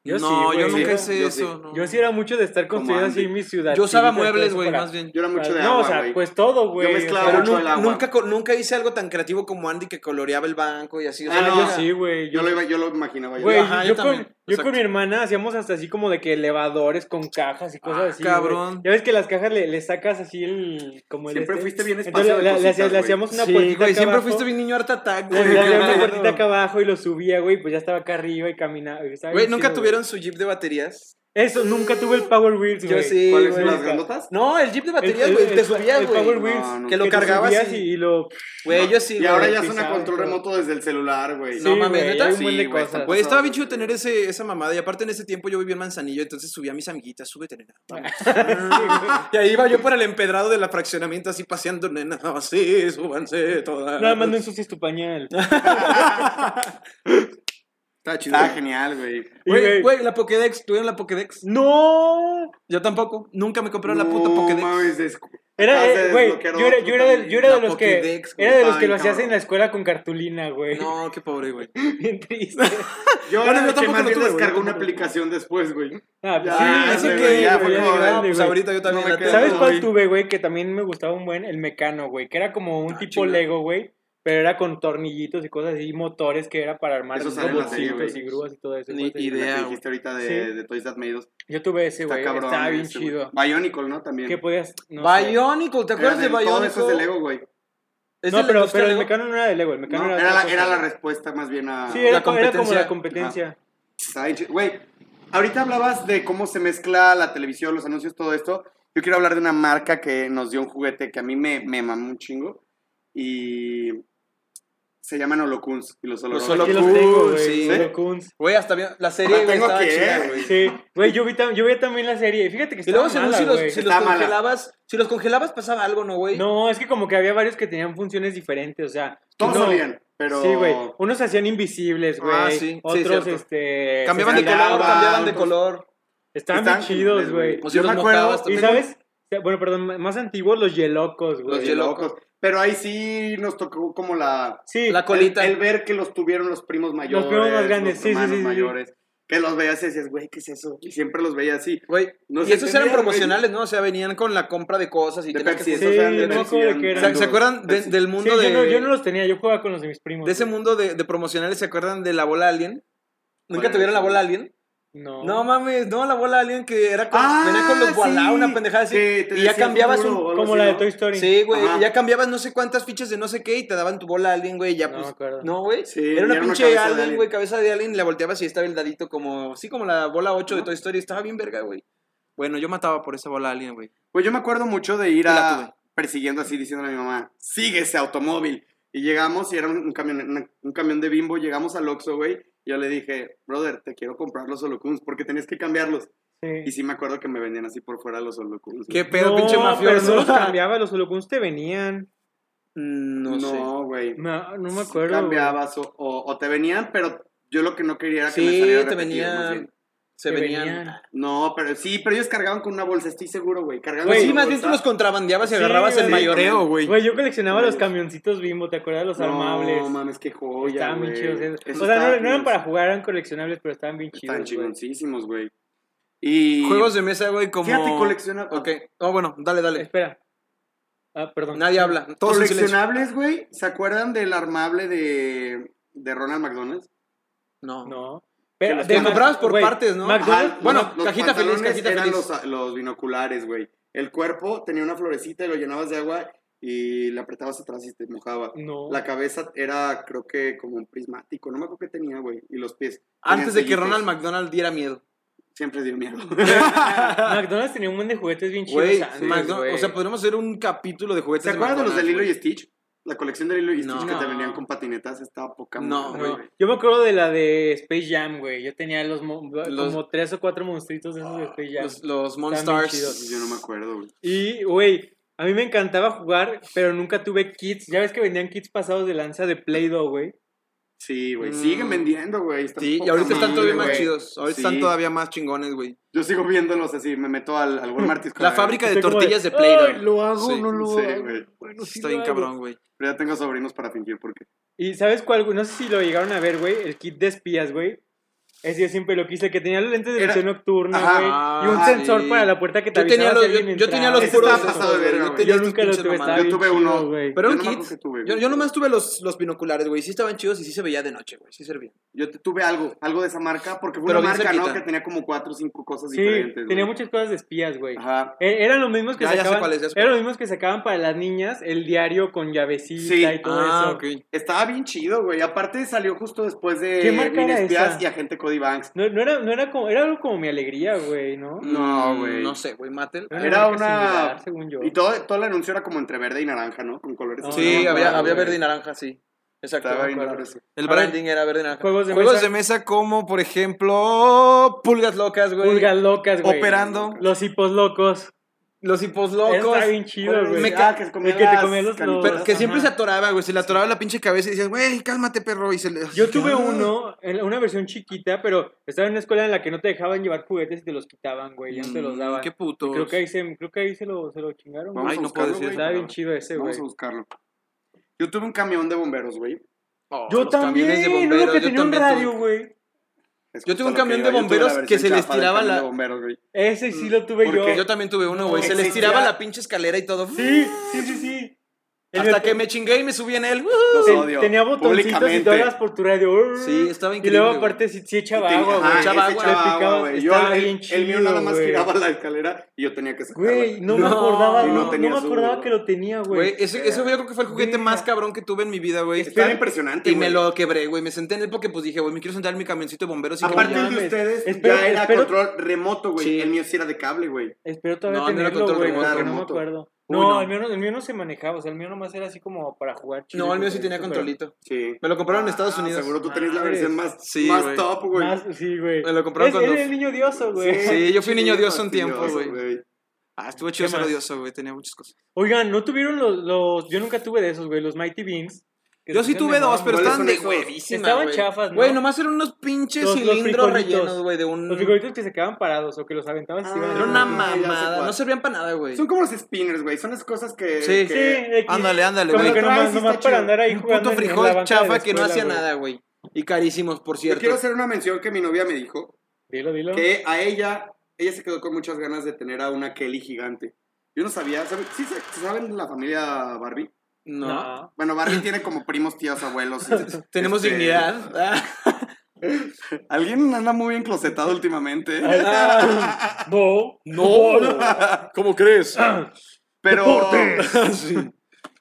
A: Yo
D: Yo
A: no,
D: sí, güey.
A: yo nunca
C: Sí,
A: hice
C: yo sí.
A: eso. no.
D: Yo sí era mucho de estar
C: Como
D: construyendo así
C: Andy.
D: mi ciudad.
A: Yo usaba muebles, güey, más bien.
C: Yo era mucho de
D: no,
C: agua,
D: o sea,
C: güey.
D: pues todo, güey.
C: Yo
D: o
C: mezclaba
A: Pero
D: sea,
C: mucho
A: nu-
C: el agua.
A: nunca, co- nunca hice algo tan creativo como Andy que coloreaba el banco y así. o
C: Ah,
A: sea,
D: Ah,
C: no,
D: yo
C: o sea,
D: sí, güey.
C: Yo lo, iba- yo lo imaginaba. yo-
D: Güey,
A: Ajá,
D: yo,
A: yo
D: con,
A: también,
D: yo con
A: exacto.
D: mi hermana hacíamos hasta así como de que elevadores con cajas y cosas
A: Ah,
D: así. güey.
A: cabrón.
D: Ya ves que las cajas le, le sacas así el. Como el
C: Siempre
D: este.
C: fuiste bien
D: Entonces,
C: espacio de
D: le- le- le,
C: cositas,
D: le
C: güey.
D: hacíamos una
A: sí,
D: puertita.
A: güey,
D: acá
A: siempre
D: abajo,
A: fuiste bien niño harta attack,
D: Le,
A: güey.
D: le hacía
A: Yo me
D: una
A: acuerdo.
D: puertita acá abajo y lo subía, güey, pues ya estaba acá arriba y caminaba. estaba
A: Güey,
D: bien
A: ¿nunca
D: chido, güey.
A: tuvieron su jeep de baterías?
D: Eso, nunca tuve el Power Wheels, güey.
A: Yo sí,
C: ¿Cuáles
A: güey.
C: son las grandotas?
A: No, el jeep de baterías,
D: El-
A: güey.
D: el-
A: Te
D: el-
A: subías,
D: el Power
A: güey.
D: Wheels.
C: No, no.
A: Que lo
D: te
A: cargabas
D: subías
A: y-
D: y, y lo...
A: Güey, yo sí,
C: y
A: güey.
C: ahora ya suena
D: pisaba,
C: control
D: güey.
C: remoto desde el celular, güey.
A: No mames,
D: güey,
A: ¿neta?
D: hay un buen
C: Sí,
D: de
C: güey, está
D: cosas.
A: Güey, estaba bien chido tener ese, esa mamada. Y aparte en ese tiempo yo vivía en Manzanillo, entonces subía a mis amiguitas, súbete, nena. vamos". y ahí iba yo por el empedrado de la fraccionamiento, así paseando, nena. Así, súbanse todas.
D: Nada más no ensucies tu pañal.
A: Está chido.
C: Estaba genial, güey.
A: Güey,
D: Y,
A: güey, la Pokédex. ¿Tuvieron la Pokédex?
D: ¡No!
A: Yo tampoco. Nunca me compraron la
C: No
A: puta Pokédex.
C: mames, descu-
D: Era,
C: acabas
D: eh,
C: de
D: güey,
C: desbloquear
D: yo era,
C: otro
D: yo era de,
C: también.
D: yo era de
A: La
D: los que,
A: Pokédex, güey,
D: era de
C: estaba
D: los que
C: bien
D: lo hacías
C: cabrón.
D: en la escuela con cartulina, güey.
A: No, qué pobre, güey.
D: Bien triste.
C: Yo
A: Bueno,
C: era
A: yo
C: el que
A: tampoco
C: más
A: lo
C: bien
A: tuve, güey, yo
C: descargó una
A: tampoco lo tuve.
C: aplicación después, güey.
D: Ah, pues
C: Ya,
D: sí,
A: Así
C: güey,
A: que,
C: ya,
A: güey,
C: por
A: no,
C: favor,
D: grande,
A: pues
D: güey.
A: ahorita yo también.
C: No me
A: la
C: queda
A: tengo,
D: ¿Sabes cuál
A: güey.
D: tuve, güey? Que también me gustaba un buen, el mecano, güey, que era como un
A: Ah,
D: tipo
A: chinga.
D: Lego, güey, pero era con tornillitos y cosas así, y motores que era para armar
C: Eso sale en la serie,
D: robotcitos
C: güey.
D: y grúas y todo eso.
A: Ni
D: cosas así.
A: idea.
C: La que
A: güey.
C: dijiste ahorita de,
D: Sí.
C: de Toys That Made Us.
D: Yo tuve ese,
C: Está
D: güey,
C: cabrón.
D: estaba bien
C: ese, güey.
D: chido.
C: Bionicle, ¿no? También.
D: ¿Qué podías? No sé.
A: Bionicle, ¿te acuerdas de
C: Era del-
A: Bionicle?
C: Todo eso es de Lego, güey.
A: ¿Es
D: No,
A: de
D: pero,
A: Lego?
D: pero el
A: ¿Está
D: mecano no era de Lego, el mecano
C: No,
D: era,
C: era, la,
D: otra
C: era la
D: cosa.
C: respuesta más bien a...
D: Sí, era,
A: La
D: co- era como
A: competencia.
D: la competencia.
C: Está bien chido. Güey, ahorita hablabas de cómo se mezcla la televisión, los anuncios, todo esto. Yo quiero hablar de una marca que nos dio un juguete que a mí me, me mamó un chingo. Y se llaman Holocuns. Y los Holocuns.
A: Holo-
D: Aquí
A: Cool,
D: los tengo, güey.
A: sí.
D: Lolo Coons.
A: Güey, hasta bien. La serie,
C: La
A: güey,
C: tengo
A: estaba
C: que-
A: chida, güey.
D: Sí, güey, yo vi, tam- yo vi también la serie. Fíjate que
A: Y
D: estaba
A: luego según
D: mala,
A: si los,
D: güey.
A: si los
C: Estaba mala.
A: congelabas, si los congelabas pasaba algo, ¿no, güey?
D: No, es que como que había varios que tenían funciones diferentes, o sea...
C: Todos
D: uno-
C: sabían, pero...
D: Sí, güey. Unos se hacían invisibles, güey.
A: Ah, sí, sí,
D: Otros,
A: cierto.
D: este...
A: Cambiaban
D: se
A: de color,
D: cambiaban.
A: cambiaban de
C: otros.
A: color.
D: Estaban
C: Estaban
D: bien chidos,
C: geniales,
D: güey.
A: O si
C: Yo
A: los
C: me acuerdo,
A: mojabas,
D: ¿Y
A: también.
D: sabes? Bueno, perdón, m- más antiguos, los yelocos, güey.
C: Los Yelocos. Pero ahí sí nos tocó como la...
D: Sí.
A: La colita.
C: El, el ver que los tuvieron los primos mayores.
D: primos más grandes, sí, sí,
C: hermanos
D: sí, sí.
C: mayores. Que los veías y decías, güey, ¿qué es eso? Y siempre los veías así.
A: Güey,
C: No
A: y
C: se
A: esos eran
C: entendían,
A: promocionales, ¿no? O sea, venían con la compra de cosas y
C: De
A: tenías
C: Pepsi,
A: que...
C: esos
D: Sí,
C: eran de
D: no me
C: Pepsi,
D: acuerdo de qué
A: ¿Se,
D: eran
A: se acuerdan de-
C: Pepsi.
A: del
D: Sí,
A: mundo de...
D: yo, no, yo no los tenía, yo jugaba con los de mis primos.
A: De ese
D: güey.
A: mundo de, de promocionales, ¿se acuerdan de la bola alien? ¿Nunca
C: ¿Cuál
A: tuvieron
C: era
A: la
C: esa?
A: bola alien?
D: No.
A: No mames, no, la bola alien que era con, Ah, venía con los Wallah, una pendejada así.
C: que Ah, te
A: y ya
C: decía
A: cambiabas
C: futuro
A: un.
C: o algo
D: Como
C: así,
D: la de
C: ¿no?
D: Toy Story.
A: Sí, güey,
C: Ajá.
A: y ya cambiabas no sé cuántas fichas de no sé qué y te daban tu bola alien, güey, y ya
D: No
A: pues.
D: me acuerdo.
A: No, güey.
C: Sí,
A: era una
C: era una
A: pinche
C: cabeza de
A: alien,
C: alien.
A: güey, cabeza de alien, y la volteabas y estaba el dadito como. Sí, como la bola 8 de
C: Ajá.
A: Toy Story, estaba bien verga, güey. Bueno, yo mataba por esa bola alien, güey.
C: Pues yo me acuerdo mucho de ir
A: Y la tuve.
C: a persiguiendo así, diciéndole a mi mamá, sigue ese automóvil. Y llegamos y era un, un camión, una- un camión de bimbo. Llegamos al Oxxo, güey. Y yo le dije, brother, te quiero comprar los Holocuns porque tenías que cambiarlos. Y sí me acuerdo que me vendían así por fuera los Holocuns.
A: ¿Qué pedo, pinche mafioso?
D: Pero no los cambiaba, los holocuns te venían.
A: Mm, No, sé.
C: No, güey.
D: No, no me
C: Sí
D: acuerdo.
C: cambiabas o, o- o te venían, pero yo lo que no quería era que me
A: Sí,
C: saliera
A: te
C: repetido, más bien.
A: venían. Se
D: Te
A: venían.
C: No, pero sí, pero ellos cargaban con una bolsa, estoy seguro, güey. Cargaban
D: Güey,
A: Pues
C: con
A: sí,
C: una
A: más bien tú los
C: bolsa.
A: contrabandeabas y
D: Sí,
A: agarrabas el
D: güey.
A: mayoreo, güey.
D: Güey, yo coleccionaba los
C: Güey.
D: camioncitos bimbo, ¿te acuerdas? Los armables.
C: No, mames, qué joya,
D: estaban bien
C: güey.
D: chidos. esos.
C: Eso
D: o sea,
C: estaba
D: no, no
C: bien.
D: eran para jugar, eran coleccionables, pero estaban bien chidos.
C: Están
D: güey.
C: chingoncísimos, güey. Y...
A: Juegos de mesa, güey, como...
C: Fíjate, colecciona-
A: Ok. Oh, bueno, dale, dale.
D: Espera. Ah, perdón.
A: Nadie habla. Todos en silencio.
C: Coleccionables, güey. ¿Se acuerdan del armable de, de Ronald McDonald's?
A: No.
D: No.
C: Que los
D: de
C: que
D: Mac-
A: comprabas por
D: güey,
A: partes, ¿no?
D: McDonald's-
C: Ajá,
A: bueno,
C: Ah, los
A: cajita feliz,
C: pantalones
A: cajita
C: eran
A: feliz.
C: Los, los binoculares, güey. El cuerpo tenía una florecita y lo llenabas de agua y le apretabas atrás y te mojaba.
D: No.
C: La cabeza era, creo que, como un prismático. No me acuerdo qué tenía, güey. Y los pies.
A: Antes de que
C: Tenían
A: Ronald
C: sellitos.
A: McDonald diera miedo.
C: Siempre dio miedo.
D: McDonald's tenía un buen de juguetes bien chidos.
A: Güey,
D: antes,
A: McDonald-
D: güey.
A: o sea, pues, podríamos hacer un capítulo de juguetes
C: ¿Se acuerdan de los de Lilo
A: McDonald's,
C: y Stitch? La colección de Lilo y
A: No.
C: Stitch que te venían con patinetas estaba poca
A: No,
C: madre,
D: No,
C: güey.
D: Yo me acuerdo de la de Space Jam, güey. Yo tenía los, mo-
A: Los-
D: como tres o cuatro monstruitos de esos de Space
A: güey.
D: Jam.
A: Los, los
D: bien
A: Monstars.
D: chidos.
C: Yo no me acuerdo, güey.
D: Y, güey, a mí me encantaba jugar, pero nunca tuve kits. Ya ves que vendían kits pasados de lanza de Play-Doh, güey.
C: Sí, güey.
A: Mm.
C: Siguen vendiendo, güey. Está
A: Sí, y
C: poca
A: ahorita están
C: madre,
A: todavía más
C: güey.
A: chidos. Ahorita
C: Sí.
A: están todavía más chingones, güey.
C: Yo sigo viéndolos así. Me meto al, al Walmart y es como,
A: La
C: "Ay,
A: fábrica de
D: Estoy como
A: tortillas de
D: "Ay,
A: Play-Doh.
D: ¿Lo hago o
A: Sí,
D: no lo
C: sí,
D: hago?
C: güey.
D: Bueno, sí
A: Está
D: lo
A: bien
D: hago.
A: cabrón, güey.
C: Pero ya tengo sobrinos para fingir porque.
D: ¿Y sabes cuál? güey? No sé si lo llegaron a ver, güey. El kit de espías, güey. Ese yo siempre lo quise, que tenía los lentes de
C: Era-
D: visión nocturna,
C: Ajá.
D: güey. Y un
A: Ah,
D: sensor
A: sí.
D: para la puerta que te
A: Yo tenía
D: avisaba
A: los,
D: si
A: yo,
D: alguien
A: yo tenía
D: entraba.
A: los
C: Ese
A: puros.
C: estaba pasado de verga,
A: yo
C: güey.
A: tenía
D: Yo
A: estos
D: nunca los
A: pinches
D: tuve.
A: mamadas.
D: estaba bien
C: Yo tuve
D: chido,
C: uno.
D: güey.
A: Pero
C: Yo
A: un
C: no me acuerdo
A: kit.
C: qué tuve,
A: Yo,
C: güey.
A: yo nomás tuve los, los binoculares, güey. Sí estaban chidos y sí se veía de noche, güey. Sí servían.
C: Yo te- tuve algo, algo de esa marca, porque fue
A: Pero
C: una
A: bien
C: marca, ¿no?
A: cerquita.
C: Que tenía como cuatro o cinco cosas
D: Sí,
C: diferentes.
D: tenía
C: güey.
D: muchas cosas de espías, güey.
C: Ajá.
D: E- Eran los mismos que
A: Ya, ya sé
D: sacaban,
A: cuáles, ya sé
D: eran los mismos que sacaban para las niñas el diario con llavecita
C: Sí.
D: y todo Ah,
A: Ah,
D: eso.
C: Estaba bien chido, güey. Aparte salió justo después de
D: ¿Qué marca
C: Mini
D: era
C: Espías
D: esa?
C: y Agente Cody Banks.
D: No, no era, no era como, era algo como mi alegría, güey, ¿no?
C: No,
A: Mm,
C: güey.
A: No sé, güey. Mattel.
D: marca
C: Era una-
D: similar, según yo.
C: Y todo, todo el anuncio era como entre verde y naranja, ¿no? Con colores.
D: No,
A: sí,
D: no,
A: había,
D: no,
A: había
D: güey.
A: verde y naranja, sí. Exacto.
C: Estaba
A: me
C: bien
A: acuerdo.
C: raro eso.
A: El
D: A ver,
A: branding era verde y naranja.
D: juegos de mesa.
A: como, por ejemplo, Pulgas Locas, güey.
D: Pulgas locas, güey.
A: Operando.
D: Los hipos locos.
A: Los hipos
D: Eso
A: locos.
D: Está bien chido, güey.
A: Me
C: Me
A: ca-
C: ah, que se comía
D: el que te
C: las
D: comía los-
C: canitas.
A: Pero que
D: Ajá.
A: siempre se atoraba, güey. Se le atoraba la pinche cabeza y decías, güey, cálmate, perro. Y se le...
D: Yo tuve uno, en- una versión chiquita, pero estaba en una escuela en la que no te dejaban llevar juguetes y te los quitaban, güey, ya no te los
A: Mm,
D: daban.
A: Qué puto.
D: Creo que ahí se, creo que ahí se lo, se lo chingaron,
C: Vamos
D: güey.
A: Ay,
C: a
A: no puedo
C: buscarlo,
A: decir
C: güey.
A: esa
D: Estaba bien chido ese, güey.
C: Vamos a buscarlo. Yo tuve un camión de bomberos, güey.
A: Oh,
D: Yo también, uno que tenía un radio, güey.
C: Es
A: Yo tuve
C: justo
A: un
C: lo
A: camión
C: que
A: de
C: iba. Yo tuve la
A: bomberos que
C: versión
A: se les
C: chafa del
A: tiraba
C: camión
A: la-
C: de bomberos, güey.
D: Ese sí lo tuve
C: Porque
D: yo.
A: Yo también tuve uno, güey. Se les
C: Existía-
A: tiraba la pinche escalera y todo.
D: Sí, sí, sí, sí. El
A: Hasta
D: de-
A: que me chingué y me subí en él. ¡Woo!
C: Los
D: te-
C: odio.
D: Tenía botoncitos y
C: Públicamente.
D: todas por tu radio.
A: Sí, estaba
D: Y
A: increíble,
D: luego aparte sí, sí echaba
C: Tenía-
D: agua,
C: ajá,
D: güey.
A: echaba
C: ese
A: agua.
C: echaba
D: Le
C: agua,
D: picabas,
C: güey. Yo,
D: estaba
C: el,
D: bien
C: el mío nada
D: chido,
C: más
D: güey.
C: giraba la escalera y yo tenía que sacarla.
D: Güey,
A: No,
D: no, me acordaba,
A: y no
D: no, no
C: tenía
D: me
C: su-
D: acordaba que lo tenía,
A: Güey,
D: güey.
A: ese, ese güey, yo creo que fue el juguete
D: Verga.
A: más cabrón que tuve en mi vida, güey.
C: Está impresionante,
A: Y
C: güey.
A: me lo quebré, güey. Me senté en él porque pues dije, güey, me quiero sentar en mi camioncito de bomberos. Y
C: Aparte
A: como-
C: el de
D: mames.
C: ustedes
D: Espero-
C: ya era
D: espero-
C: control remoto, güey.
A: Sí.
C: El mío sí era de cable, güey.
D: Espero todavía
A: No, no era
D: tenerlo,
A: control
D: güey,
C: remoto,
D: porque no me
C: remoto.
D: acuerdo.
A: Uy,
D: No,
A: no.
D: El, mío no, el mío no se manejaba, o sea, el mío nomás era así como para jugar chido.
A: No, el mío sí
D: güey,
A: tenía
D: pero-
A: controlito.
C: Sí.
A: Me lo compraron en Estados
C: Ah,
A: Unidos.
C: Seguro tú tenías la
D: Madres.
C: versión más,
A: Sí,
C: más
A: güey.
C: top, güey.
D: Más- sí, güey.
A: Me lo compraron
D: Es-
A: cuando-
D: Era el niño odioso, güey.
A: Sí, yo fui niño Dios un
C: Sí,
A: tiempo,
C: Dios,
A: güey. Ah, estuvo chido
D: ¿Qué
A: ser
D: más?
A: odioso, güey. Tenía muchas cosas.
D: Oigan, ¿no tuvieron los, los- Yo nunca tuve de esos, güey, los Mighty Beans? Que
A: Yo
D: se
A: sí
D: hacían
A: tuve
D: de
A: dos,
D: mano,
A: pero
D: güey.
A: estaban
C: ¿Cuáles son
A: de
C: esos?
A: huevísima,
D: Estaban
A: güey.
D: chafas, ¿no?
A: Güey, nomás eran unos pinches
D: Los- los
A: cilindros
D: frijolitos.
A: rellenos, güey, de un...
D: Los frijolitos que se quedaban parados o que los aventabas y se iban a-
A: Era una
C: Ah, ya sé
A: mamada.
C: cuál.
A: No servían para nada, güey.
C: Son como los spinners, güey. Son las cosas que.
A: Sí.
D: Sí,
C: que-
D: X.
A: Ándale, ándale,
D: Como
A: güey.
D: que
C: Pero
D: nomás,
C: traes y
D: nomás
C: está
D: para
C: chido.
D: andar ahí
A: Un
D: jugando
A: puto
D: en- en la
A: frijol
D: banca de la
A: chafa que no
D: escuela,
A: hacía
D: güey.
A: nada, güey. Y carísimos, por
C: Yo
A: cierto.
C: quiero hacer una mención que mi novia me dijo.
D: Dilo, dilo.
C: que a ella, ella se quedó con muchas ganas de tener a una Kelly gigante. Yo no sabía, ¿saben? ¿Sí se- se saben la familia Barbie?
A: No.
D: No.
C: Bueno, Barbie tiene como primos, tíos, abuelos. y-
A: Tenemos
C: este,
A: dignidad. Ah.
C: Alguien anda muy enclosetado últimamente.
D: No.
A: ¿Cómo crees?
C: Pero, pero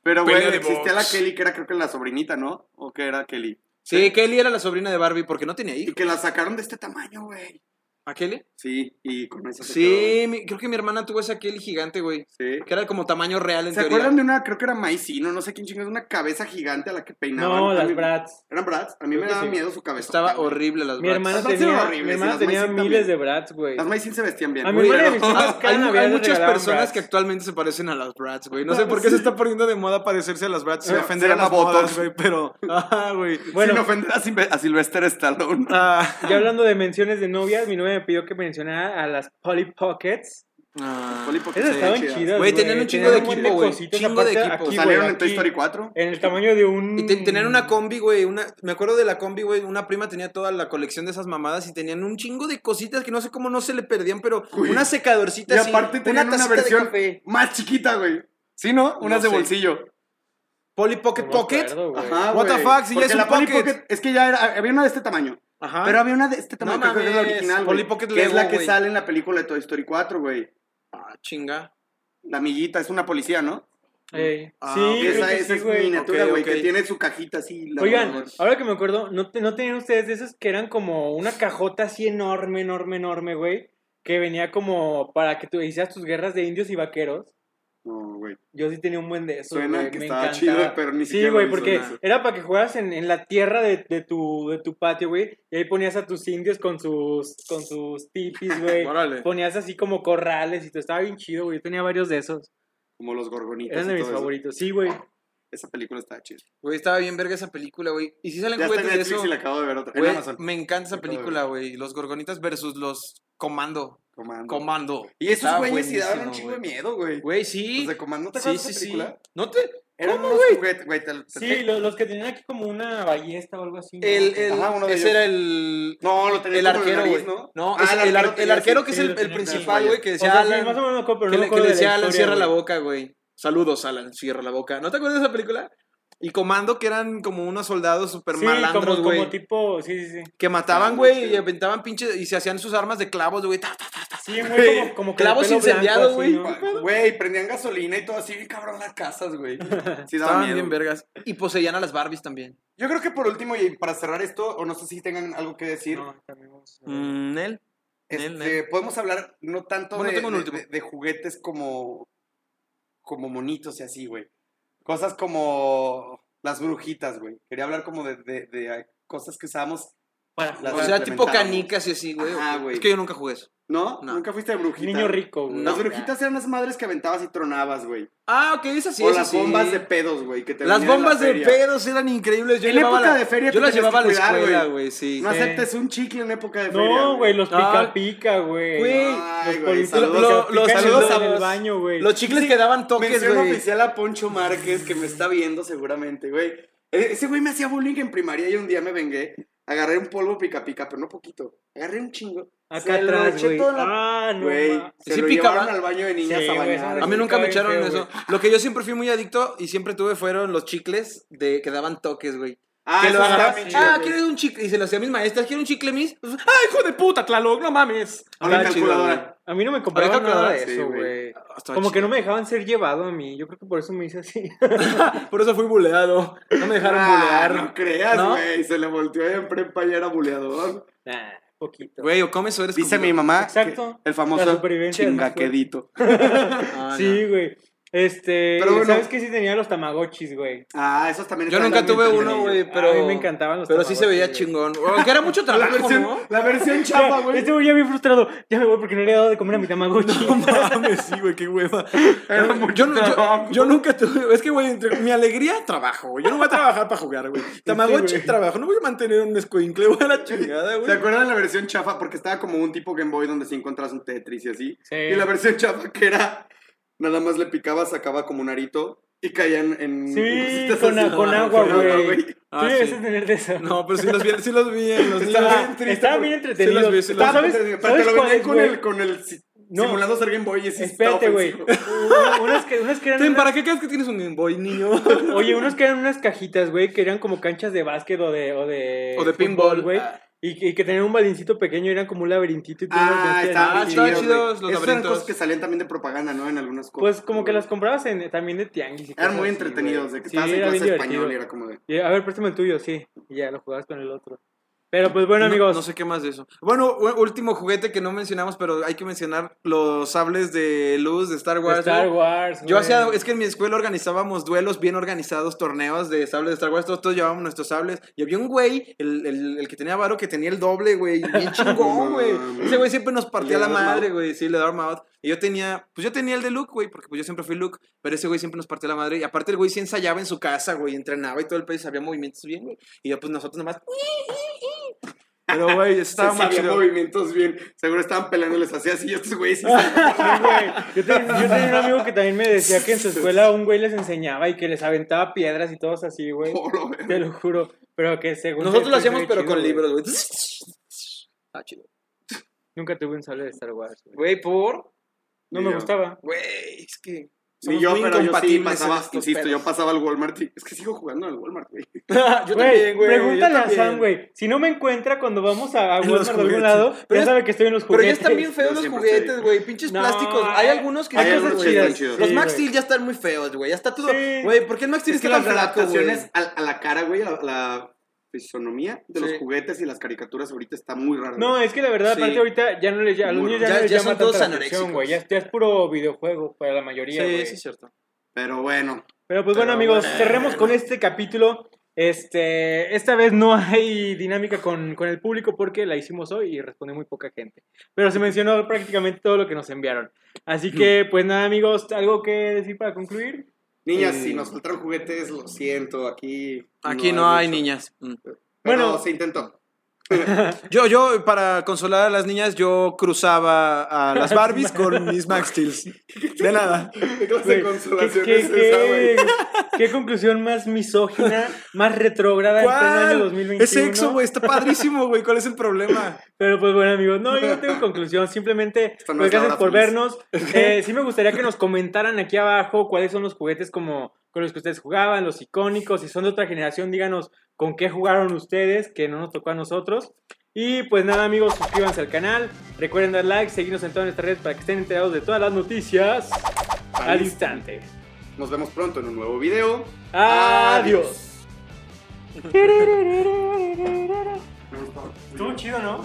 A: Pelea
C: bueno,
A: de
C: existía la
A: box.
C: Kelly que era creo que la sobrinita, ¿no? O que era Kelly.
A: Sí, Kelly era la sobrina de Barbie porque no tenía
C: Y
A: hijos.
C: que la sacaron de este tamaño, güey.
A: ¿Aquele?
C: Sí, y con esa se quedó.
A: Sí, mi- creo que mi hermana tuvo ese aquel gigante, güey.
C: Sí.
A: Que era como tamaño real en
C: ¿Se
A: teoría.
C: acuerdan de una, creo que era maicino, no sé quién chingados, una cabeza gigante a la que peinaban?
D: No,
C: A
D: las
C: mí-
D: brats.
C: ¿Eran brats? A mí
D: Creo
C: me
D: que
C: daba
D: sí.
C: miedo su cabeza.
A: Estaba
C: güey.
A: horrible las
D: Mi
A: brats.
D: hermana
C: Las brats eran
D: tenía,
C: horribles,
D: mi
C: y
D: hermana
C: las
D: tenía
C: Maxi también.
D: miles de brats, güey.
C: Las maicin se vestían bien.
D: A mi
C: güey.
D: hermana y a mis
A: Pero
D: papás cada
A: hay,
D: Navidad
A: hay
D: les
A: muchas
D: regalaban
A: personas
D: brats. Ah,
A: que actualmente se parecen a las brats, güey. No sé por qué se está poniendo de moda parecerse a las brats. Se
C: Se
A: ofender a
C: llama
A: las modas,
C: Botox.
A: güey, pero... Ah, güey.
D: Bueno.
C: Sin ofender a, Silve- a Sylvester Stallone.
A: Ah.
D: Y hablando de menciones de novias, mi novia me pidió que mencionara a las Polly Pockets.
A: Ah.
C: Polly Pocket
D: Esas
C: se
D: estaban
C: veía chida.
D: chidas,
A: Güey, tenían un chingo de
D: un buen
A: equipo, güey.
D: cositas,
A: Chingo de
D: aparte,
A: equipo.
D: aquí,
C: Salieron
D: güey,
C: en Toy
D: aquí,
C: Story 4.
D: En el tamaño de un...
A: Y te- tenían una combi, güey. Una, me acuerdo de la combi, güey. Una prima tenía toda la colección de esas mamadas y tenían un chingo de cositas que no sé cómo no se le perdían, pero
C: Güey.
A: una secadorcita
C: Y
A: así,
C: aparte tenían una
A: tacita de
C: versión-
A: café.
C: Más chiquita, güey. ¿Sí, no? Unas
A: No
C: de
A: sé.
C: bolsillo.
A: Polly Pocket
D: No me
A: Pocket.
D: acuerdo, güey.
C: Ajá,
A: What the
C: güey.
A: fuck, si ya
C: Porque
A: es un
C: la Polly
A: pocket.
C: Pocket- Es que ya era, había una de este tamaño.
A: Ajá.
C: Pero había una de este
A: No
C: tamaño, creo que es la
A: mames,
C: original,
A: Polly
C: güey,
A: Pocket
C: que
A: Lego,
C: es la que
A: güey.
C: sale en la película de Toy Story 4, güey.
A: Ah, chinga.
C: La amiguita, es una policía, ¿no?
D: Ey.
A: Ah,
D: sí,
A: ok.
D: creo
C: esa
D: que
C: esa
D: sí,
C: es
D: güey.
C: miniatura,
A: Ok,
C: güey,
A: ok.
C: que tiene su cajita así. la-
D: Oigan, ahora que me acuerdo, ¿no, te- ¿no tenían ustedes de esas que eran como una cajota así enorme, enorme, enorme, güey? Que venía como para que tú hicieras tus guerras de indios y vaqueros.
C: No, güey.
D: Yo sí tenía un buen de eso.
C: Suena
D: güey,
C: que
D: me
C: estaba
D: encantaba.
C: chido, pero ni
D: Sí,
C: siquiera lo
D: güey,
C: hizo
D: porque
C: nada.
D: era para que jugaras en, en la tierra de, de tu, de tu patio, güey. Y ahí ponías a tus indios con sus, con sus tipis, güey.
A: Órale.
D: ponías así como corrales y todo. Estaba bien chido, güey. Yo tenía varios de esos.
C: Como los gorgonitos.
D: Eran
C: y
D: de mis
C: todo eso.
D: favoritos. Sí, güey.
C: Esa película está chida.
A: Güey, estaba bien verga esa película, güey. Y si salen
C: Ya está en
A: juguetes de
C: Netflix
A: eso.
C: y la acabo de ver otra.
A: güey, mm,
C: en Amazon.
A: me encanta esa
C: Acabo de
A: película, güey. Los gorgonitas versus los comando.
C: Comando.
A: Comando.
C: y esos
A: Estaba
C: güeyes sí daban
A: buenísimo,
C: un chingo de
A: güey.
C: miedo, güey.
A: Güey, sí.
C: Los de Comando, ¿te
A: sí,
C: acuerdas
A: sí,
C: de esa
A: sí.
C: película?
A: ¿No te?
C: Eran
A: ¿Cómo,
C: unos
A: güey?
C: juguetes, güey. te- te-
D: Sí, lo- los que tenían aquí como una ballesta o algo así. ¿no? Ah,
A: El, el,
C: Ajá, uno de
A: ese
C: ellos.
A: era el.
C: No, lo tenía
A: el
C: como en
A: arquero,
C: la
A: güey.
C: nariz, ¿no?
A: No,
C: Ah,
A: es el, ar-
C: tenía
A: el arquero
C: así.
A: que es
D: sí,
A: el,
D: lo
A: el
D: tenía
A: principal,
C: claro.
A: güey, que
D: O sea,
A: decía
D: sí,
A: Alan.
D: más o menos me acuerdo,
A: que
D: pero no me
A: le, que
D: acuerdo
A: le
D: de
A: decía
D: la
A: Alan,
D: historia,
A: cierra la
D: güey.
A: boca, güey. Saludos, Alan, cierra la boca. ¿No te acuerdas de esa película? Y Comando, que eran como unos soldados super
D: Sí,
A: malandros,
D: como,
A: güey.
D: como tipo, sí, sí, sí.
A: Que
C: Ah,
A: mataban, güey,
C: chido.
A: y aventaban pinches. Y se hacían sus armas de clavos, güey. ta, ta, ta, ta.
D: Sí, güey, como, como con
A: Clavos
D: el pelo blanco,
A: incendiado,
D: así,
A: güey.
D: ¿no?
C: Güey, prendían gasolina y todo así, bien cabrón las casas, güey. Sí, daba
A: Estaban
C: miedo.
A: bien vergas. Y poseían a las Barbies también.
C: Yo creo que por último, y para cerrar esto, o no sé si tengan algo que decir,
D: No, eh, también vamos a-
A: Mm, él.
C: este,
A: Nel, nel.
C: podemos hablar no tanto
A: Bueno,
C: de,
A: tengo un
C: de-
A: último.
C: de- de juguetes como, como monitos y así, güey. Cosas como las brujitas, güey. Quería hablar como de, de- de cosas que usábamos,
D: Para
C: Las
A: O
D: jugar.
A: sea, tipo
C: implementamos.
A: canicas y así, güey.
C: Ajá, güey.
A: Es que yo nunca jugué eso.
C: ¿no?
A: No.
C: Nunca fuiste de brujita.
D: niño rico, güey.
C: Las
A: No.
C: brujitas eran las madres que aventabas y tronabas, güey.
A: Ah, ok, esas sí.
C: o
A: esas
C: las
A: sí.
C: bombas de pedos, güey. que te
A: Las
C: venían en la
A: bombas de
C: feria.
A: pedos eran increíbles. Yo
C: En
A: llevaba
C: época
A: la-
C: de feria
A: Yo
C: tú
A: las
C: tenías
A: llevaba a
C: que
A: la
C: cuidar,
A: escuela,
C: güey.
A: güey, sí.
C: No
D: Sí.
C: aceptes un chicle en época de feria.
D: No, güey, los
A: Ah.
D: pica pica, güey.
A: Güey.
C: Ay,
D: Los
C: güey.
D: polvitos
C: Saludos,
A: Lo-
D: pica
A: los
D: pica en el-
A: saludos a
D: en el
A: vos.
D: baño, güey.
A: Los chicles que daban toques,
C: Mención
A: güey.
C: oficial a Poncho Márquez, que me está viendo seguramente, güey. E- Ese güey me hacía bullying en primaria y un día me vengué. Agarré un polvo pica pica, pero no poquito. Agarré un chingo.
D: Acá
C: Se lo
D: atrás,
C: eché
D: güey.
C: todo la-
D: Ah, no.
C: Güey,
D: ma-
C: se
A: Sí
C: lo
A: picaba.
C: llevaron al baño de niñas
D: Sí,
C: a
D: güey,
C: bañar.
A: A mí nunca me
D: Estaba
A: echaron
D: bien feo,
A: eso. Lo que yo siempre fui muy adicto y siempre tuve fueron los chicles de que daban toques, güey.
C: Ah,
A: que
C: eso
A: lo
C: está
A: agarraba.
C: bien chido,
A: Ah,
C: güey.
A: ¿quieres un chicle? Y se lo hacía a mis maestras. ¿Quieres un chicle, mis? ¡Ah, hijo de puta, Tlaloc! ¡No mames!
C: Ahora
A: Estaba chido,
C: calculadora.
A: güey.
D: A mí no me
A: Ahorita
D: compraban nada de
A: aclararás,
C: sí,
D: eso,
C: güey.
D: güey.
A: Ah, estaba
D: Como que
A: chido.
D: no me dejaban ser llevado a mí. Yo creo que por eso me hice así.
A: Por eso fui buleado. No me dejaron
C: Ah,
A: bulear.
C: no creas,
A: ¿No?
C: güey. Se le volteó en prepa y era buleador.
D: nah, poquito.
A: Güey, o comes o eres
C: Dice
A: comido.
C: mi mamá.
D: Exacto.
C: que El
D: La
C: famoso
D: supervivencia del más fuerte.
C: chingaquedito.
A: Ah, no.
D: sí, güey. Este,
C: Pero bueno.
D: ¿sabes que sí tenía los tamagotchis, güey?
C: Ah, esos también
A: Yo
C: estaban
A: nunca
C: bien
A: tuve uno,
C: entretenidos.
A: güey, pero.
D: A mí me encantaban los
A: Pero sí se
D: Tamagotchi,
A: veía
D: güey.
A: chingón. Que era mucho
C: La
A: trabajo,
C: versión,
A: ¿no?
C: la versión
D: Ya,
C: chapa, güey.
D: Este güey ya bien frustrado. Ya me voy porque no le he dado de comer a mi tamagotchi.
A: mames, sí, güey, qué hueva.
C: Era
A: No,
C: mucho
A: yo, no- yo-
C: trabajo.
A: yo nunca tuve. Es que, güey, entre mi alegría, trabajo. güey. Yo no voy a trabajar para jugar, güey. Tamagotchi,
D: güey.
A: trabajo. No voy a mantener un escuincle, güey, a la chingada,
C: ¿Se
A: güey.
C: acuerdan de la versión chafa? Porque estaba como un tipo Game Boy donde sí encontrabas un Tetris y así.
D: Sí.
C: Y la versión chafa que era, nada más le picabas, sacaba como un arito y caían en...
D: Sí,
C: en cositas
D: con,
C: así.
D: con
A: no,
D: agua,
A: con
C: agua,
D: güey.
C: güey.
D: Sí,
A: Ah,
D: debes
A: sí.
D: de tener de eso.
A: No, pero sí los vi, sí los vi en los
C: Estaba
A: niños.
C: bien triste
D: Estaba
C: porque-
D: bien
A: Sí
D: entretenido.
A: los vi, sí los
D: ¿Sabes,
A: vi.
C: Pero te- Pero te
D: sabes
C: lo
D: cuál
C: vendían
D: es,
C: con
D: güey?
C: el, con el si-
D: No.
C: simulando ser Game Boy y sí estaba
D: Espérate, güey.
C: ofensivo.
D: U- Unas que, unas que eran.
A: Ten,
D: unas-
A: ¿para qué crees que tienes un Game Boy, niño?
D: Oye, unos que eran unas cajitas, güey, que eran como canchas de básquet o de. O de,
A: O de
D: fútbol,
A: pinball. Ah,
D: güey. Y, que- y que tenían un balincito pequeño, eran como un laberinto y tú ibas hacia-
C: Ah,
A: Ah,
C: estaban
A: estaban
C: chidos,
A: chidos
C: güey.
A: los
C: Esas eran
A: laberintos.
C: cosas que salían también de propaganda, ¿no? En algunas cosas.
D: Pues como que las comprabas en, también de tianguis. y cosas
C: Eran muy
D: así, güey.
C: entretenidos, de que
D: Sí,
C: estabas en
D: era
C: clase
D: bien
C: de español y
D: divertido.
C: era como de...
D: Y, a ver, préstame el tuyo, sí. Y ya lo jugabas con el otro. Pero pues bueno,
A: No-
D: amigos.
A: No, sé qué más de eso. Bueno, u- último juguete que no mencionamos, pero hay que mencionar los sables de luz de Star Wars.
D: Star
A: ¿no?
D: Wars.
A: Yo
D: güey.
A: hacía, es que en mi escuela organizábamos duelos bien organizados, torneos de sables de Star Wars, todos, todos llevábamos nuestros sables. Y había un güey, el, el- el que tenía varo, que tenía el doble, güey, bien chingón, güey. Ese güey siempre nos partía
C: ¿Le
A: la
C: dabas
A: madre,
C: mouth?
A: güey, sí, le daba mouth. Y yo tenía, pues yo tenía el de Luke, güey, porque pues yo siempre fui Luke, pero ese güey siempre nos partía la madre. Y aparte el güey sí ensayaba en su casa, güey, entrenaba y todo el país, había movimientos bien, güey. Y yo, pues nosotros nomás... Pero, güey, estaba
C: Estaba
A: más chido.
C: movimientos bien. Seguro estaban peleándoles así, así. Y estos güeyes. sí se-
D: Sí, güey. Yo ten- yo tenía un amigo que también me decía que en su escuela un güey les enseñaba y que les aventaba piedras y todos así, güey.
C: Polo, güey.
D: Te lo juro. Pero que según.
A: Nosotros lo
D: esto es
A: hacíamos,
D: muy
A: pero
D: chido,
A: con
D: güey.
A: libros, güey. Ah, chido.
D: Nunca tuve un sable de Star Wars, güey.
A: Güey, por...
D: No
C: Ni
D: me
C: yo.
D: gustaba.
A: Güey, es que.
C: Ni
A: somos
C: yo,
A: muy
C: pero yo sí
A: incompatibles en
C: pasaba,
A: estos
C: insisto, yo
A: pedos.
C: pasaba al Walmart y es que sigo jugando al Walmart, güey.
A: yo
D: Güey,
A: también, güey. yo
D: Pregúntale a
A: también.
D: Sam, güey. Si no me encuentra cuando vamos a, a
A: En
D: Walmart
A: los
D: de algún
A: juguetes.
D: lado,
A: Pero
D: ya
A: es-
D: sabe que estoy en los
A: Pero
D: juguetes.
A: ya están bien feos
C: Yo
A: los
C: siempre
A: juguetes,
C: estoy-
A: güey. Pinches
D: No,
A: plásticos. Hay
D: hay-
A: algunos que
D: hay
A: están
D: cosas
A: güey.
D: chidas,
C: chidas.
A: Los
D: sí,
A: Max
D: güey.
A: Steel ya están muy feos, güey. Ya está todo.
D: Sí.
A: Güey, ¿por qué el Max Steel
C: Es que
A: está
C: las
A: tan flaco, güey?
C: adaptaciones a, a la cara, güey, a la, a la fisonomía de los
A: Sí.
C: juguetes y las caricaturas ahorita está muy raro.
D: No, es que la verdad,
A: Sí.
D: aparte ahorita ya no les, a los
C: Muy-
D: niños ya,
A: ya-
D: no les
A: ya
D: llama
A: son todos
D: tanta la atención,
A: anoréxicos.
D: güey. Ya, ya es puro videojuego para la mayoría, güey.
A: Sí, sí, es cierto.
C: Pero bueno,
D: Pero pues bueno,
A: Pero
D: amigos,
A: bueno.
D: cerremos con este capítulo. Este, esta vez no hay dinámica con, con el público porque la hicimos hoy y respondió muy poca gente. Pero se mencionó prácticamente todo lo que nos enviaron. Así
A: Hmm.
D: que, pues nada, amigos, ¿algo que decir para concluir?
C: niñas,
A: Eh.
C: si nos faltaron juguetes, lo siento, aquí.
A: Aquí no, hay
C: mucho.
A: niñas. Mm.
C: Pero
D: Bueno.
C: se intentó.
A: Yo, yo, para consolar a las niñas, yo cruzaba a las Barbies con mis Max Steels. De nada.
C: ¿Qué clase
D: Güey,
C: de consolación
D: ¿qué-
C: es
D: qué-
C: esa, güey?
D: qué conclusión más misógina, más retrógrada en pleno año
A: ¿Cuál?
D: 2021?
A: Es sexo, güey. Está padrísimo, güey. ¿Cuál es el problema?
D: Pero pues bueno, amigos, no, yo no tengo conclusión. Simplemente,
C: no
D: pues
C: es la
D: gracias
C: hora
D: por
C: feliz.
D: vernos. Eh, sí me gustaría que nos comentaran aquí abajo cuáles son los juguetes como con los que ustedes jugaban, los icónicos. Si son de otra generación, díganos con qué jugaron ustedes, que no nos tocó a nosotros. Y pues nada, amigos, suscríbanse al canal. Recuerden dar like, seguirnos en todas nuestras redes para que estén enterados de todas las noticias al instante.
C: Nos vemos pronto en un nuevo video.
D: Adiós.
B: Estuvo chido, ¿no?